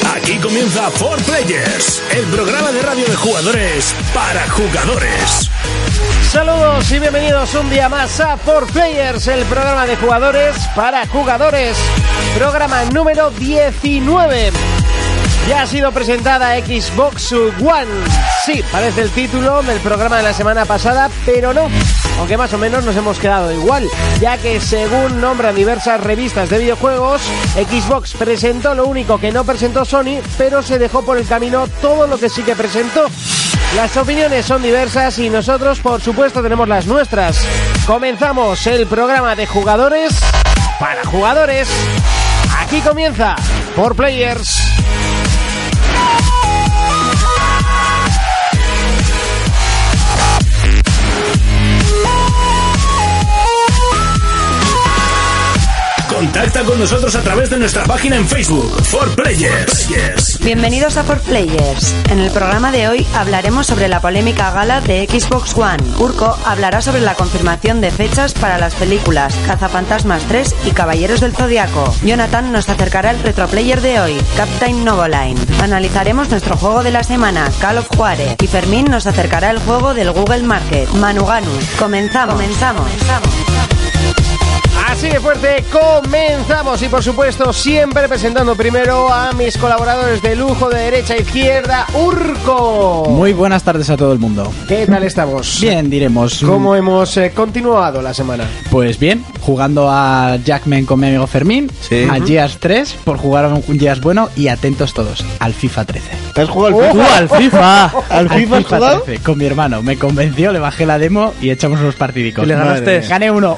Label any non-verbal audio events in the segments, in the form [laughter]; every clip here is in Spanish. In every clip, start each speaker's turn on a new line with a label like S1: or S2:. S1: Aquí comienza For Players, el programa de radio de jugadores para jugadores.
S2: Saludos y bienvenidos un día más a For Players, el programa de jugadores para jugadores. Programa número 19. Ya ha sido presentada Xbox One. Sí, parece el título del programa de la semana pasada, pero no. Aunque más o menos nos hemos quedado igual, ya que según nombran diversas revistas de videojuegos, Xbox presentó lo único que no presentó Sony, pero se dejó por el camino todo lo que sí que presentó. Las opiniones son diversas y nosotros, por supuesto, tenemos las nuestras. Comenzamos el programa de jugadores para jugadores. Aquí comienza por Players.
S1: Contacta con nosotros a través de nuestra página en Facebook, For Players.
S3: Bienvenidos a For Players. En el programa de hoy hablaremos sobre la polémica gala de Xbox One. Urco hablará sobre la confirmación de fechas para las películas Cazafantasmas 3 y Caballeros del Zodiaco. Jonathan nos acercará el retroplayer de hoy, Captain Novoline. Analizaremos nuestro juego de la semana, Call of Juarez. Y Fermín nos acercará el juego del Google Market, Manuganu. Comenzamos. Comenzamos.
S2: Así de fuerte, comenzamos y por supuesto siempre presentando primero a mis colaboradores de lujo de derecha a izquierda, Urco.
S4: Muy buenas tardes a todo el mundo.
S2: ¿Qué tal estamos?
S4: Bien, diremos.
S2: ¿Cómo hemos eh, continuado la semana?
S4: Pues bien, jugando a Jackman con mi amigo Fermín, a Gears 3 por jugar a un Gears bueno y atentos todos, al FIFA 13.
S5: ¿Te has jugado
S4: al
S5: al FIFA?
S4: [laughs] FIFA! ¿Al
S5: FIFA has jugado?
S4: 13, con mi hermano. Me convenció, le bajé la demo y echamos unos partidicos.
S5: ¿Y le ganaste?
S4: Madre mía. Gané uno.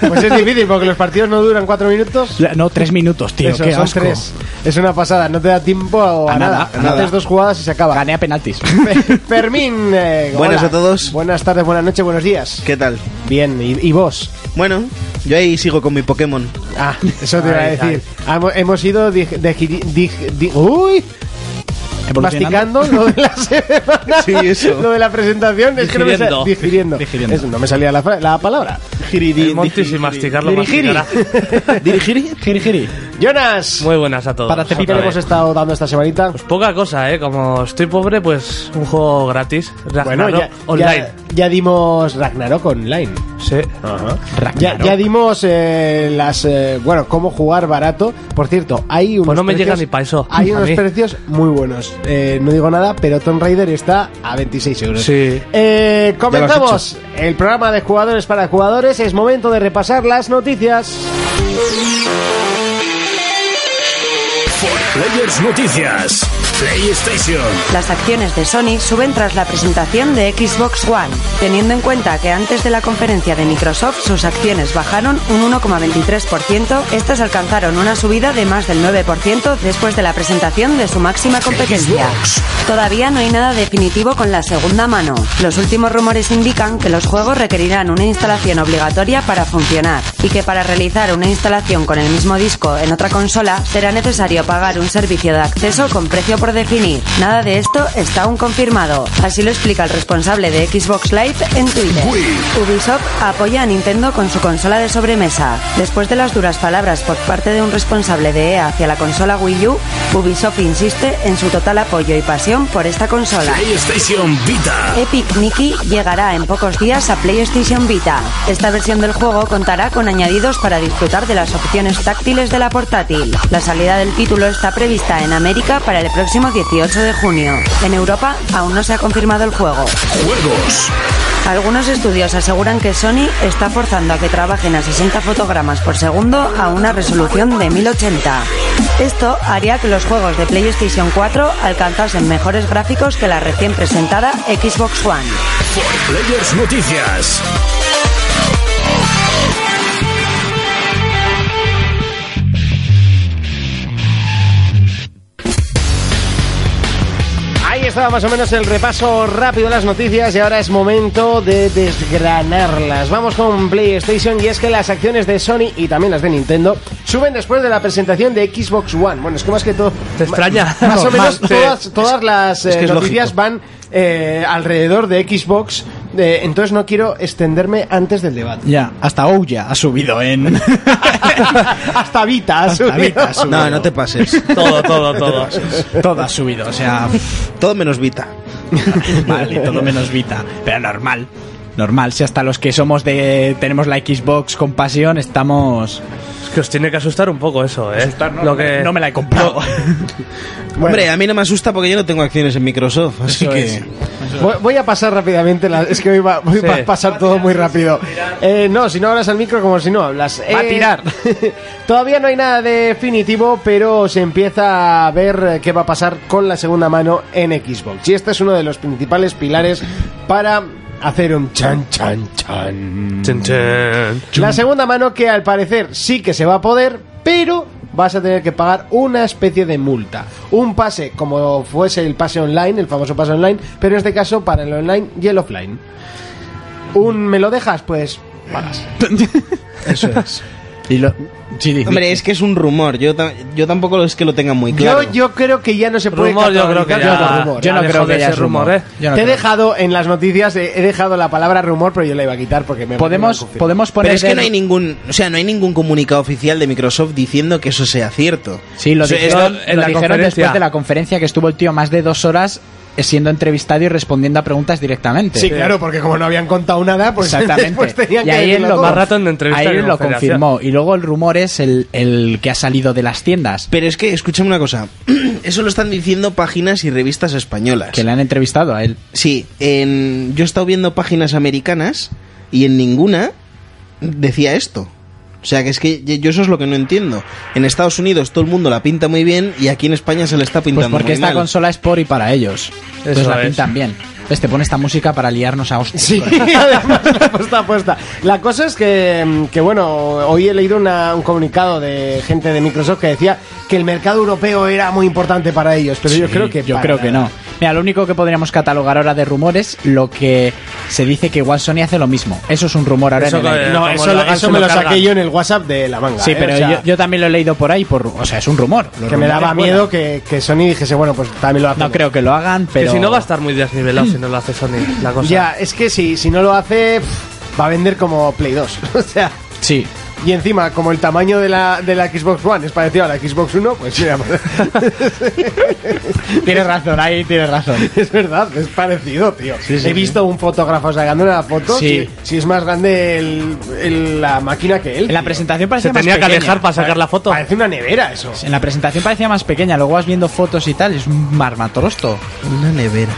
S2: Pues es difícil porque los partidos no duran cuatro minutos.
S4: [laughs] La- no, tres minutos, tío,
S2: Eso,
S4: qué
S2: son
S4: asco.
S2: tres. Es una pasada, no te da tiempo a,
S4: A nada,
S2: nada.
S4: a nada.
S2: Haces dos jugadas y se acaba.
S4: Gané a penaltis.
S2: Fe- Fermín. eh,
S5: Buenas
S2: hola.
S5: a todos.
S2: Buenas tardes, buenas noches, buenos días.
S5: ¿Qué tal?
S2: Bien, ¿y, y vos?
S5: Bueno, yo ahí sigo con mi Pokémon.
S2: Ah, [laughs] eso te iba a
S4: Ay,
S2: decir. Hamo- Hemos ido dig- digi- dig- di- uy,
S4: Evolucionando.
S2: masticando lo de la semana.
S5: Sí, eso.
S2: Lo de la presentación es que no me sal-
S6: Digiriendo.
S2: digiriendo.
S4: Digiriendo.
S2: Eso, no me salía la, fra- la palabra.
S6: El monte sin masticarlo
S2: Dirigiri.
S6: masticará.
S5: ¿Dirigir?
S4: Jiri, jiri.
S2: [laughs] Jonas,
S6: Muy buenas a todos.
S4: Para
S2: ¿qué
S4: cepillar
S6: Otra
S2: le hemos
S6: vez.
S2: estado dando esta semanita?
S6: Pues poca cosa, ¿eh? Como estoy pobre, pues un juego gratis.
S2: Bueno,
S6: Ragnarok
S2: ya,
S6: online.
S2: ya, ya dimos Ragnarok online.
S6: Sí.
S2: Ya,
S4: Ragnarok.
S2: ya dimos eh, las. eh, bueno, cómo jugar barato. Por cierto, hay unos.
S6: Pues no me
S2: precios-
S6: llega ni pa' eso,
S2: Hay
S6: [laughs] a
S2: unos
S6: mí.
S2: precios muy buenos. Eh, no digo nada, pero Tomb Raider está a 26 euros.
S6: Sí.
S2: Eh, comenzamos el programa de jugadores para jugadores. Es momento de repasar las noticias.
S1: For Players Noticias, PlayStation,
S3: Las acciones de Sony suben tras la presentación de Xbox One, teniendo en cuenta que antes de la conferencia de Microsoft sus acciones bajaron un 1,23%, estas alcanzaron una subida de más del 9% después de la presentación de su máxima competencia.
S1: Xbox.
S3: Todavía no hay nada definitivo con la segunda mano. Los últimos rumores indican que los juegos requerirán una instalación obligatoria para funcionar y que para realizar una instalación con el mismo disco en otra consola será necesario pagar un servicio de acceso con precio por definir. Nada de esto está aún confirmado. Así lo explica el responsable de Xbox Live en Twitter. Ubisoft apoya a Nintendo con su consola de sobremesa. Después de las duras palabras por parte de un responsable de EA hacia la consola Wii U, Ubisoft insiste en su total apoyo y pasión por esta consola.
S1: PlayStation Vita,
S3: Epic Mickey llegará en pocos días a PlayStation Vita. Esta versión del juego contará con añadidos para disfrutar de las opciones táctiles de la portátil. La salida del título está prevista en América para el próximo 18 de junio. En Europa aún no se ha confirmado el juego.
S1: Juegos,
S3: Algunos estudios aseguran que Sony está forzando a que trabajen a 60 fotogramas por segundo a una resolución de 1080. Esto haría que los juegos de PlayStation 4 alcanzasen mejores gráficos que la recién presentada Xbox One.
S1: Players Noticias,
S2: Ahí estaba más o menos el repaso rápido de las noticias y ahora es momento de desgranarlas. Vamos con PlayStation y es que las acciones de Sony y también las de Nintendo suben después de la presentación de Xbox One. Bueno, es que más que todo...
S6: Te extraña.
S2: [laughs] Más o
S6: Normal.
S2: menos
S6: Sí.
S2: todas, todas las
S5: es que
S2: eh,
S5: es
S2: noticias van eh, alrededor de Xbox eh, entonces no quiero extenderme antes del debate. [laughs]
S4: Ya, hasta Ouya ha subido en. [laughs]
S2: Hasta Vita, ha [laughs]
S4: Hasta
S2: subido.
S4: Vita ha subido.
S5: No, no
S4: [laughs]
S5: te pases.
S6: Todo, todo, [laughs] todo.
S4: Todo ha subido, o sea.
S5: Todo menos Vita.
S6: [laughs]
S4: Vale, todo menos Vita. Pero normal. Normal, si hasta los que somos de. Tenemos la Xbox con pasión, estamos.
S6: Es que os tiene que asustar un poco eso, ¿eh?
S4: no,
S6: Lo que...
S4: no me la he comprado. [laughs]
S5: Hombre, a mí no me asusta porque yo no tengo acciones en Microsoft, así
S4: Eso
S5: que...
S4: es.
S2: Voy, voy a pasar rápidamente, la- es que hoy va, hoy
S6: Sí.
S2: va a pasar todo muy rápido. Eh, no, si no hablas al micro como si no hablas.
S4: Va a
S2: Eh,
S4: tirar.
S2: [laughs] todavía no hay nada definitivo, pero se empieza a ver eh, qué va a pasar con la segunda mano en Xbox. Y este es uno de los principales pilares para hacer un chan chan chan.
S6: Chin, chin.
S2: La segunda mano que al parecer sí que se va a poder, pero vas a tener que pagar una especie de multa. Un pase como fuese el pase online, el famoso pase online, pero en este caso para el online y el offline. Un me lo dejas, pues pagas.
S5: Eso es.
S4: Y lo. Sí, dice.
S5: Hombre, es que es un rumor. Yo, ta- yo tampoco es que lo tenga muy claro.
S2: Yo, yo creo que ya no se puede
S6: Rumor, yo creo que
S2: categorizar
S6: ya-
S2: como rumor.
S4: yo no
S6: Alejo
S4: creo
S6: de
S4: que haya
S6: ese rumor, ¿eh?
S4: Yo no
S2: Te he
S4: creo.
S2: dejado en las noticias, eh, he dejado la palabra rumor, pero yo la iba a quitar porque me
S4: Podemos,
S2: me- me-
S4: podemos poner.
S5: Pero es que
S4: dedo-
S5: no hay ningún, o sea, no hay ningún comunicado oficial de Microsoft diciendo que eso sea cierto.
S4: Sí, lo
S5: O sea,
S4: dijeron,
S5: esto-
S6: en
S4: lo
S6: la
S4: dijeron
S6: conferencia.
S4: después de la conferencia que estuvo el tío más de dos horas eh, siendo entrevistado y respondiendo a preguntas directamente.
S2: Sí, claro, porque como no habían contado nada, [laughs] pues después
S4: Exactamente.
S2: tenían
S4: Y
S2: que
S4: ahí
S2: decirlo
S4: él lo,
S2: todo.
S6: Más rato en entrevista
S4: ahí
S6: que
S4: él lo
S6: conferencia.
S4: confirmó. Y luego el rumor es el, el que ha salido de las tiendas.
S5: Pero es que, escúchame una cosa. [clears throat] Eso lo están diciendo páginas y revistas españolas.
S4: Que le han entrevistado a él.
S5: Sí, en- yo he estado viendo páginas americanas y en ninguna decía esto. O sea, que es que yo eso es lo que no entiendo. En Estados Unidos todo el mundo la pinta muy bien y aquí en España se la está
S4: Pues
S5: pintando
S4: porque
S5: muy
S4: esta
S5: mal.
S4: consola es por y para ellos. Entonces
S6: Eso
S4: la
S6: es.
S4: pintan bien. Pues te pone esta música para liarnos a hostias.
S2: Sí, [laughs] además la apuesta apuesta. La cosa es que, mm, que, bueno, hoy he leído una- un comunicado de gente de Microsoft que decía que el mercado europeo era muy importante para ellos, pero yo
S4: Sí,
S2: creo que
S4: [laughs] yo
S2: para
S4: creo que
S2: nada.
S4: no. Mira, lo único que podríamos catalogar ahora de rumores, lo que se dice que igual Sony hace lo mismo. Eso es un rumor ahora
S6: Eso
S4: en el
S6: que-
S4: aire.
S2: No,
S6: Eh, Como
S2: eso,
S6: lo
S2: lo-
S6: hagan,
S2: eso
S6: se
S2: me
S6: lo
S2: lo saqué
S6: cargan.
S2: yo en el WhatsApp de la manga.
S4: Sí,
S2: ¿eh?
S4: pero
S2: O sea,
S4: yo, yo también lo he leído por ahí, por, o sea, es un rumor. Los
S2: que me
S4: rumores
S2: daba
S4: vuelan.
S2: miedo que, que Sony dijese, bueno, pues también lo hacen.
S4: No creo que lo hagan, pero...
S6: Que si no va a estar muy desnivelado si no lo hace Sony, la cosa.
S2: Ya, es que si, si no lo hace, pff, va a vender como Play 2. [laughs] O sea,
S4: Sí.
S2: y encima, como el tamaño de la, de la Xbox One es parecido a la Xbox 1, pues mira,
S4: Tienes razón, ahí tienes razón.
S2: [laughs] Es verdad, es parecido, tío. He visto un fotógrafo sacando una foto.
S4: Sí.
S2: Si, si es más grande el, el- la máquina que él.
S4: [laughs] En la
S2: tío.
S4: presentación parecía
S6: Se
S4: más
S6: tenía que
S4: pequeña.
S6: alejar para sacar la foto.
S2: Parece una nevera eso.
S4: En la presentación parecía más pequeña, luego vas viendo fotos y tal, es un marmatorosto.
S5: Una nevera.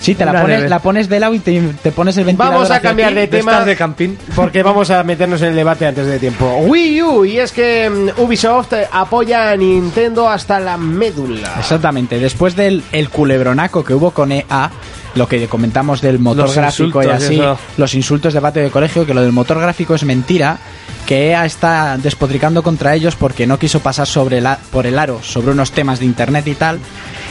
S4: Sí, te la
S6: Una
S4: pones,
S6: neve.
S4: la pones de lado y te, te pones el ventilador
S2: Vamos a
S4: hacia
S2: cambiar
S4: ti.
S2: de
S6: De
S2: tema
S6: estas de camping.
S2: porque vamos a meternos en el debate antes de tiempo. Wii U, y es que mm, Ubisoft eh, apoya a Nintendo hasta la médula.
S4: Exactamente, después del el culebronaco que hubo con EA, lo que comentamos del motor
S6: Los
S4: gráfico y
S6: insultos,
S4: así,
S6: eso.
S4: los insultos de debate de colegio, que lo del motor gráfico es mentira, que EA está despotricando contra ellos porque no quiso pasar sobre la, por el aro sobre unos temas de internet y tal.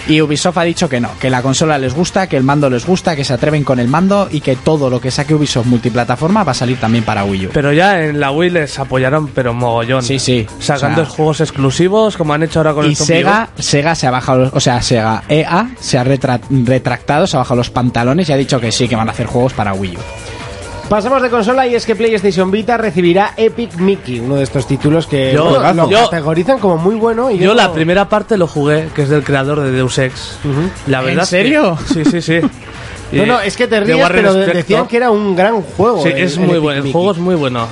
S4: Y Ubisoft ha dicho que no, que la consola les gusta, que el mando les gusta, que se atreven con el mando y que todo lo que saque Ubisoft multiplataforma va a salir también para Wii U.
S6: Pero ya en la Wii les apoyaron, pero mogollón.
S4: Sí, sí.
S6: Sacando
S4: O sea-
S6: juegos exclusivos, como han hecho ahora con
S4: y
S6: el Zombie
S4: Sega, Sega se ha bajado, los- o sea, Sega EA se ha retra- retractado, se ha bajado los pantalones y ha dicho que sí, que van a hacer juegos para Wii U.
S2: Pasamos de consola y es que PlayStation Vita recibirá Epic Mickey, uno de estos títulos que
S6: Yo-
S2: bueno, lo
S6: yo-
S2: categorizan como muy bueno. Y
S6: Yo
S2: no-
S6: la primera parte lo jugué, que es del creador de Deus Ex. La
S4: ¿En
S6: verdad es que-
S4: serio?
S6: [laughs] sí, sí, sí.
S2: No,
S6: Eh,
S2: no, es que te
S6: de
S2: ríes,
S6: Warren
S2: pero de-
S6: Spector.
S2: decían que era un gran juego.
S6: Sí,
S2: el-
S6: es
S2: el
S6: muy
S2: Epic
S6: bueno, el
S2: Mickey.
S6: juego es muy bueno.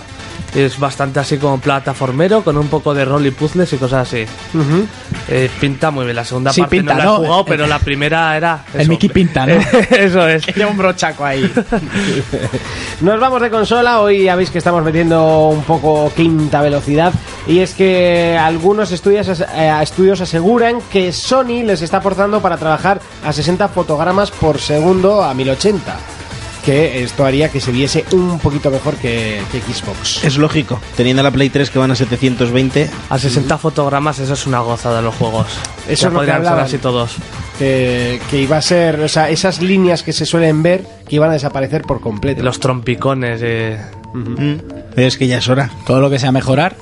S6: Es bastante así como plataformero, con un poco de rol y puzzles y cosas así.
S2: Ujú.
S6: Eh, pinta muy bien. La segunda
S4: Sí,
S6: parte
S4: pinta,
S6: no la he
S4: ¿no?
S6: jugado,
S2: [laughs]
S6: pero la primera era.
S4: El
S6: eso.
S4: Mickey pinta, ¿no?
S6: [laughs] eso es.
S4: un brochaco ahí.
S2: Nos vamos de consola, hoy ya veis que estamos metiendo un poco quinta velocidad y es que algunos estudios, as- eh, estudios aseguran que Sony les está forzando para trabajar a 60 fotogramas por segundo a 1080, que esto haría que se viese un poquito mejor que, que Xbox.
S5: Es lógico, teniendo la Play 3 que van a 720.
S6: A 60 fotogramas, eso es una gozada en los juegos.
S2: Eso es
S6: ya
S2: lo que
S6: podrían ser
S2: hablaban.
S6: así todos.
S2: Que, que iba a ser, o sea, esas líneas que se suelen ver que iban a desaparecer por completo.
S6: Los trompicones. eh.
S5: Mm, Pero [laughs] es que ya es hora.
S4: Todo lo que sea mejorar.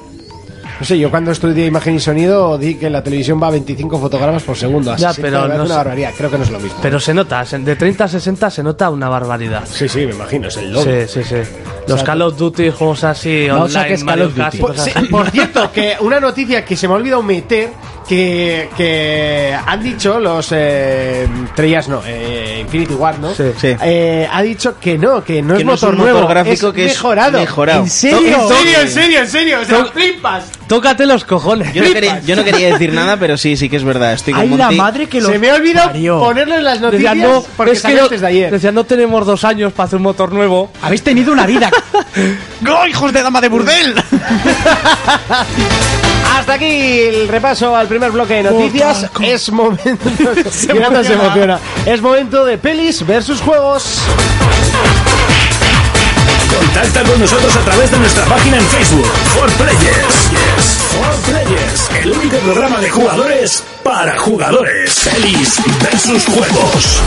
S2: No sé, yo cuando estudié imagen y sonido di que la televisión va a 25 fotogramas por segundo. Así
S6: Ya,
S2: sí,
S6: pero
S2: me parece
S6: no
S2: una
S6: sé.
S2: barbaridad. Creo que no es lo mismo.
S6: Pero se nota, se- de 30 a 60 se nota una barbaridad.
S2: Sí, sí, me imagino, es el doble.
S6: Sí, sí, sí. Los Call of Duty, juegos así,
S4: No
S6: online,
S4: saques
S6: Mario
S4: Call of
S6: Kart,
S4: Duty.
S6: y
S2: Por,
S6: cosas
S2: sí,
S6: así.
S2: por cierto, que una noticia que se me ha olvidado meter, que, que han dicho los eh, Treyas, no, eh, Infinity War, ¿no?
S6: Sí,
S5: sí.
S2: Eh, ha dicho que no, que no
S5: Que
S2: es
S5: no es
S2: motor
S5: un motor
S2: nuevo,
S5: gráfico,
S2: es
S5: que es
S2: mejorado.
S5: mejorado.
S2: ¿En serio?
S5: ¿En serio?
S2: ¿En serio? ¿En serio? O sea, flipas.
S6: Tócate los
S5: [laughs]
S6: cojones.
S5: Yo no, quería, yo no quería decir nada, pero sí, sí que es verdad. Estoy con
S4: Ay, la
S5: Monty.
S4: madre que lo
S2: Se me ha olvidado
S4: parió.
S2: ponerlo en las
S6: Decía,
S2: noticias
S6: no,
S2: porque
S6: es que
S2: salió
S6: no-
S2: antes de ayer.
S6: decía, no tenemos dos años para hacer un motor nuevo.
S4: Habéis tenido una vida. ¡No, hijos de dama de burdel!
S2: Hasta aquí el repaso al primer bloque de noticias. Es [laughs] momento. Jonathan se emociona. Es momento de pelis versus juegos.
S1: Contacta con nosotros a través de nuestra página en Facebook, For Players. For Players, el único programa de jugadores para jugadores. Feliz versus juegos.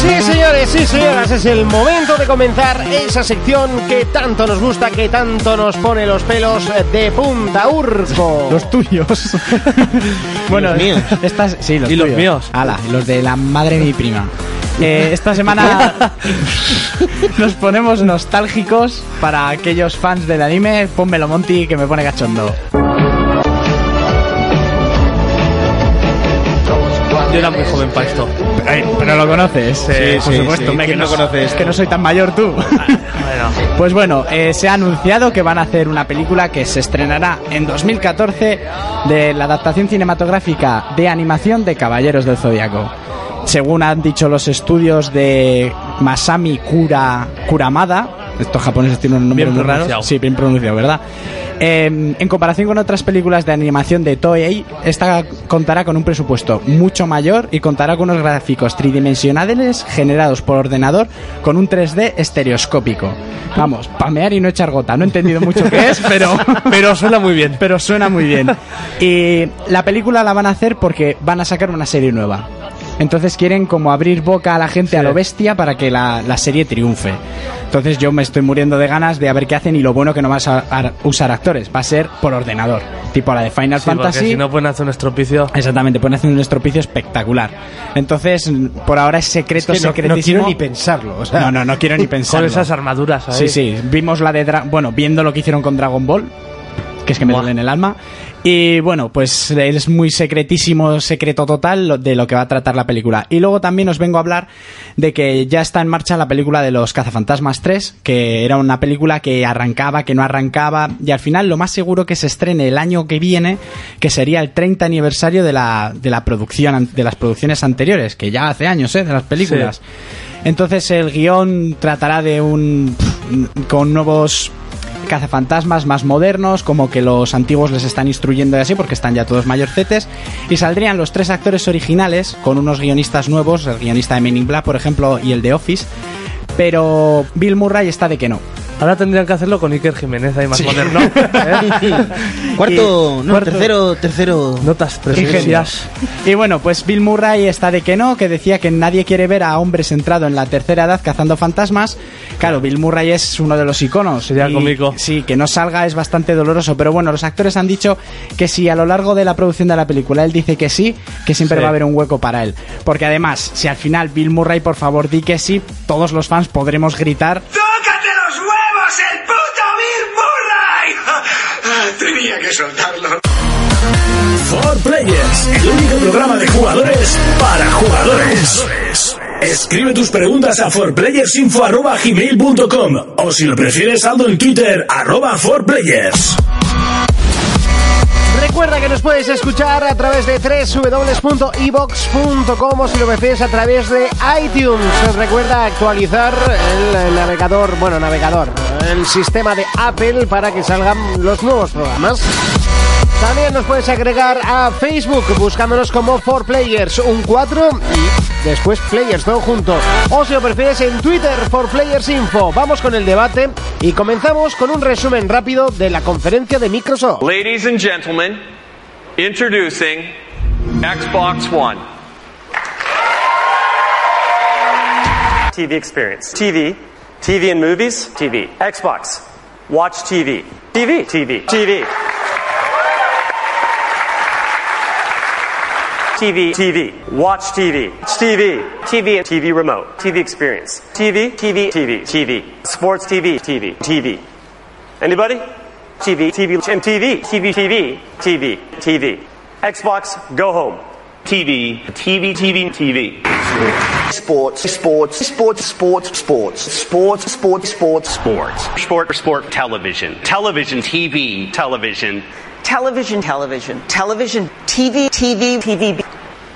S2: Sí, señores, sí, señoras, es el momento de comenzar esa sección que tanto nos gusta, que tanto nos pone los pelos de punta urco.
S4: Los [laughs] tuyos. bueno,
S5: Los míos.
S4: [laughs] Estas, sí, los
S6: Y los
S4: tuyos.
S6: míos.
S4: Ala, y los de la madre de mi prima. Eh, esta semana nos ponemos nostálgicos para aquellos fans del anime. Pónmelo, Monty, que me pone cachondo.
S6: Yo era muy joven para esto.
S4: Ay, pero lo conoces. eh, por
S5: sí,
S4: supuesto.
S5: sí.
S4: Hombre,
S5: ¿Quién
S4: que
S5: no conoce Ah,
S4: Es que no soy tan mayor tú.
S6: Bueno,
S4: [laughs] Pues bueno, eh, se ha anunciado que van a hacer una película que se estrenará en 2014 de la adaptación cinematográfica de animación de Caballeros del Zodiaco. Según han dicho los estudios de Masami Kura Kuramada, estos japoneses tienen un nombre
S6: Bien
S4: muy raro.
S6: pronunciado.
S4: Sí, bien pronunciado, ¿verdad? Eh, en comparación con otras películas de animación de Toei, esta contará con un presupuesto mucho mayor y contará con unos gráficos tridimensionales generados por ordenador con un 3D estereoscópico. Vamos, pamear y no echar gota. No he entendido mucho qué es, pero,
S6: pero suena muy
S4: [laughs]
S6: bien.
S4: pero suena muy bien. Y la película la van a hacer porque van a sacar una serie nueva. Entonces quieren como abrir boca a la gente a lo bestia para que la, la serie triunfe. Entonces yo me estoy muriendo de ganas de a ver qué hacen y lo bueno que no vas a, a usar actores, va a ser por ordenador, tipo la de Final
S6: Sí, porque
S4: Fantasy.
S6: si no pueden hacer un estropicio.
S4: Exactamente, pueden hacer un estropicio espectacular. Entonces, mm, por ahora es
S2: Es
S4: secreto,
S2: que no, no
S4: secretísimo.
S2: quiero ni pensarlo. O sea,
S4: no, no, no
S2: [laughs]
S4: quiero ni
S6: Con
S4: pensarlo.
S6: esas armaduras,
S4: Sí,
S6: ahí.
S4: sí, vimos la de... Dra- bueno, viendo lo que hicieron con Dragon Ball, que es que me
S6: Buah.
S4: duele en el alma. Y bueno, pues es muy secretísimo, secreto total lo- de lo que va a tratar la película. Y luego también os vengo a hablar de que ya está en marcha la película de los Cazafantasmas 3, que era una película que arrancaba, que no arrancaba, y al final lo más seguro que se estrene el año que viene, que sería el 30 aniversario de la, de la producción, an- de las producciones anteriores, que ya hace años, ¿eh? De las películas. Entonces el guión tratará de un... con nuevos cazafantasmas más modernos, como que los antiguos les están instruyendo y así, porque están ya todos mayorcetes, y saldrían los tres actores originales con unos guionistas nuevos, el guionista de Men in Black, por ejemplo, y el de Office, pero Bill Murray está de que no.
S6: Ahora tendrían que hacerlo con Iker Jiménez, ahí más moderno. ¿eh?
S5: [laughs]
S4: Eh,
S5: Cuarto, no,
S6: cuarto.
S5: tercero, tercero.
S6: Notas presencias.
S4: Y bueno, pues Bill Murray está de que no, que decía que nadie quiere ver a hombres entrado en la tercera edad cazando fantasmas. Claro, Bill Murray es uno de los iconos.
S6: Sería
S4: y
S6: cómico.
S4: Sí, que no salga es bastante doloroso, pero bueno, los actores han dicho que si a lo largo de la producción de la película él dice que sí, que siempre
S6: Sí.
S4: va a haber un hueco para él. Porque además, si al final Bill Murray por favor di que sí, todos los fans podremos gritar
S7: ¡Tócate los huevos, el puto Bill Murray! Ah, [laughs] Tenía que soltarlo.
S1: For Players, el único programa de jugadores para jugadores. Escribe tus preguntas a forplayersinfo@gmail.com o si lo prefieres saldo en Twitter arroba forplayers.
S2: Recuerda que nos puedes escuchar a través de www.evox.com o si lo prefieres a través de iTunes. Recuerda actualizar el navegador, bueno, navegador, el sistema de Apple para que salgan los nuevos programas. También nos puedes agregar a Facebook buscándonos como 4Players, un 4 y después Players, todo junto. O si lo prefieres en Twitter, 4Players Info. Vamos con el debate y comenzamos con un resumen rápido de la conferencia de Microsoft.
S8: Ladies and gentlemen, introducing Xbox One.
S9: TV experience. TV. TV and movies. TV. Xbox. Watch TV. TV. TV. TV. TV, TV. Watch TV. It's TV. TV, TV remote. TV experience. TV, TV, TV, TV. Sports TV, TV, TV. Anybody? TV, TV, and TV, TV, TV, TV, TV. Xbox, go home. TV, TV, TV, TV.
S10: Sports, sports, sports, sports, sports, sports, sports, sports, sports.
S8: Sport, sport, television. Television, TV, television.
S11: Television, television, television, TV, TV, TV.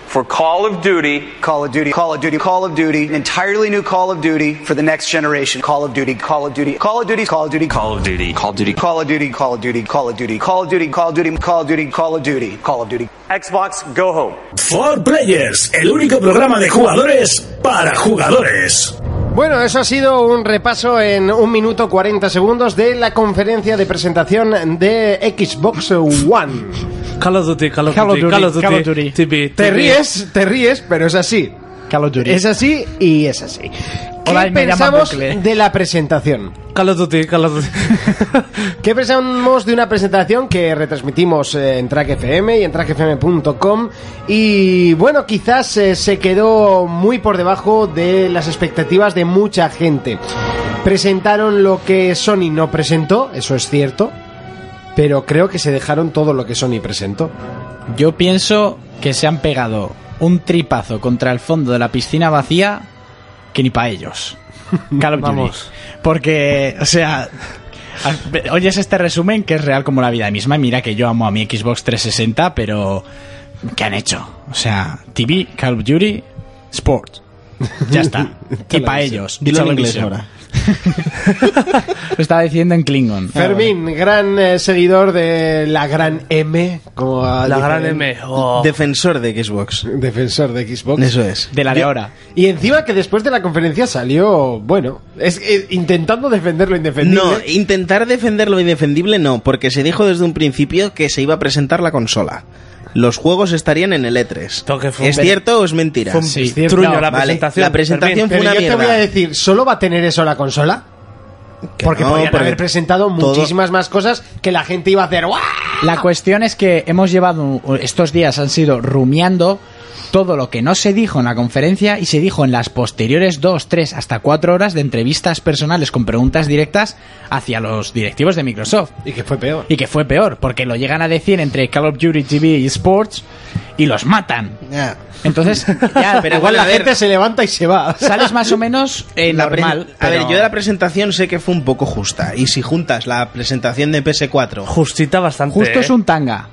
S8: For Call of Duty,
S10: Call of Duty, Call of Duty, Call of Duty, an entirely new Call of Duty for the next generation. Call of Duty, Call of Duty, Call of Duty, Call of Duty, Call of Duty, Call of Duty, Call of Duty, Call of Duty, Call of Duty, Call of Duty, Call of Duty, Call of Duty, Call of Duty, Call of Duty.
S9: Xbox, go home.
S1: For Players, el único programa de jugadores para jugadores.
S2: Bueno, eso ha sido un repaso en un minuto 40 segundos de la conferencia de presentación de Xbox One.
S6: Call of Duty, Call of
S4: Call of
S6: Duty,
S4: Duty,
S6: Call of
S4: Call
S6: Duty,
S4: of Duty.
S6: TV,
S2: Te
S6: TV.
S2: ríes, te ríes, pero es así.
S4: Call of Duty.
S2: Es así y es así. ¿Qué
S4: Hola, me llamo
S2: pensamos
S4: Bucle.
S2: de la presentación?
S6: Call of Duty, Call of Duty.
S2: ¿Qué pensamos de una presentación que retransmitimos eh, en Track FM y en trackfm.com? Y bueno, quizás eh, se quedó muy por debajo de las expectativas de mucha gente. Presentaron lo que Sony no presentó, eso es cierto, pero creo que se dejaron todo lo que Sony presentó.
S6: Ah,
S4: Yo pienso que se han pegado un tripazo contra el fondo de la piscina vacía que ni para
S5: [laughs]
S4: ellos. Call of Duty.
S6: Vamos.
S4: Porque, o sea, al- oyes este resumen que es real como la vida misma. y Mira que yo amo a mi Xbox 360, pero ¿qué han hecho? O sea, TV, Call of Duty, Sport. Ya
S5: [laughs]
S4: está. y para ellos.
S5: Dilo en inglés
S4: Television.
S5: ahora.
S4: Lo estaba diciendo en Klingon.
S2: Fermín, gran eh, seguidor de la gran M, como
S6: La gran M. oh.
S5: Defensor de Xbox.
S2: defensor de Xbox.
S5: Eso es.
S4: De la de ahora.
S2: Y encima que después de la conferencia salió, bueno, es eh, intentando defender lo indefendible.
S5: No, intentar defender lo indefendible no, porque se dijo desde un principio que se iba a presentar la consola. Los juegos estarían en el E3.
S6: Esto que fue un
S5: ¿Es
S6: pe-
S5: cierto o es mentira?
S6: Fue un
S4: Sí.
S6: truño
S4: No,
S6: la
S5: vale.
S6: presentación.
S5: La presentación
S2: pero
S5: fue una
S2: yo te voy
S5: mierda.
S2: a decir, ¿solo va a tener eso la consola?
S5: Que
S2: Porque
S5: no,
S2: podrían
S5: porque
S2: haber presentado
S5: todo-
S2: muchísimas más cosas que la gente iba a hacer. ¡guau!
S4: La cuestión es que hemos llevado estos días han sido rumiando todo lo que no se dijo en la conferencia y se dijo en las posteriores dos, tres, hasta cuatro horas de entrevistas personales con preguntas directas hacia los directivos de Microsoft.
S2: Y que fue peor.
S4: Y que fue peor, porque lo llegan a decir entre Call of Duty TV y Sports y los matan.
S5: Ya. [laughs]
S4: Entonces, ya,
S5: Pero
S2: Igual
S5: bueno,
S2: la
S5: a ver.
S2: gente se levanta y se va.
S4: sales más o menos eh,
S5: [laughs] La pre-
S4: normal.
S5: a ver,
S4: pero-
S5: yo de la presentación sé que fue un poco justa. Y si juntas la presentación de PS4
S6: Justita bastante.
S4: Justo
S6: ¿eh?
S4: es un tanga.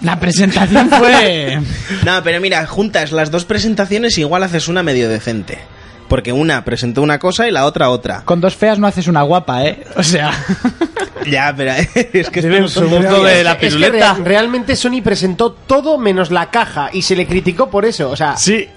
S4: La presentación
S5: [laughs]
S4: fue...
S5: No, pero mira, juntas las dos presentaciones igual haces una medio decente. Porque una presentó una cosa y la otra otra.
S4: Con dos feas no haces una guapa, ¿eh? O sea...
S5: Ya, pero [laughs] es que...
S6: Vive en
S5: esto
S6: su
S5: no son
S2: [laughs]
S5: dos
S6: mundo de
S5: días.
S6: la
S2: Es que
S6: piruleta.
S2: rea- realmente Sony presentó todo menos la caja y se le criticó por eso. O sea,
S4: Sí,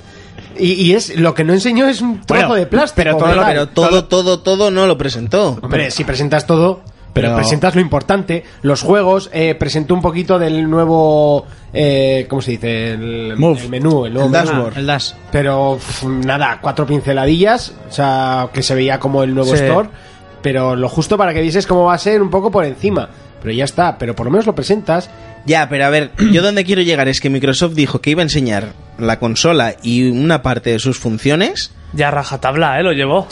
S2: y, y es lo que no enseñó es un trozo
S4: Bueno,
S2: de plástico.
S4: pero todo lo-
S2: ¿verdad?
S5: Pero todo, todo, todo no lo presentó.
S2: Hombre, si presentas todo, pero,
S4: Pero-
S2: presentas lo importante, los juegos, eh, presentó un poquito del nuevo, eh, ¿cómo se dice? El,
S4: Move.
S2: el menú, el nuevo
S5: El
S2: menú.
S5: dashboard.
S4: el dash.
S2: Pero pf, nada, cuatro pinceladillas, o sea, que se veía como el nuevo
S6: Sí.
S2: store, pero lo justo para que vieses cómo va a ser un poco por encima. Pero ya está, pero por lo menos lo presentas.
S5: Ya, pero a ver, [clears throat] yo donde quiero llegar es que Microsoft dijo que iba a enseñar la consola y una parte de sus funciones.
S6: Ya rajatabla, ¿eh? Lo llevó.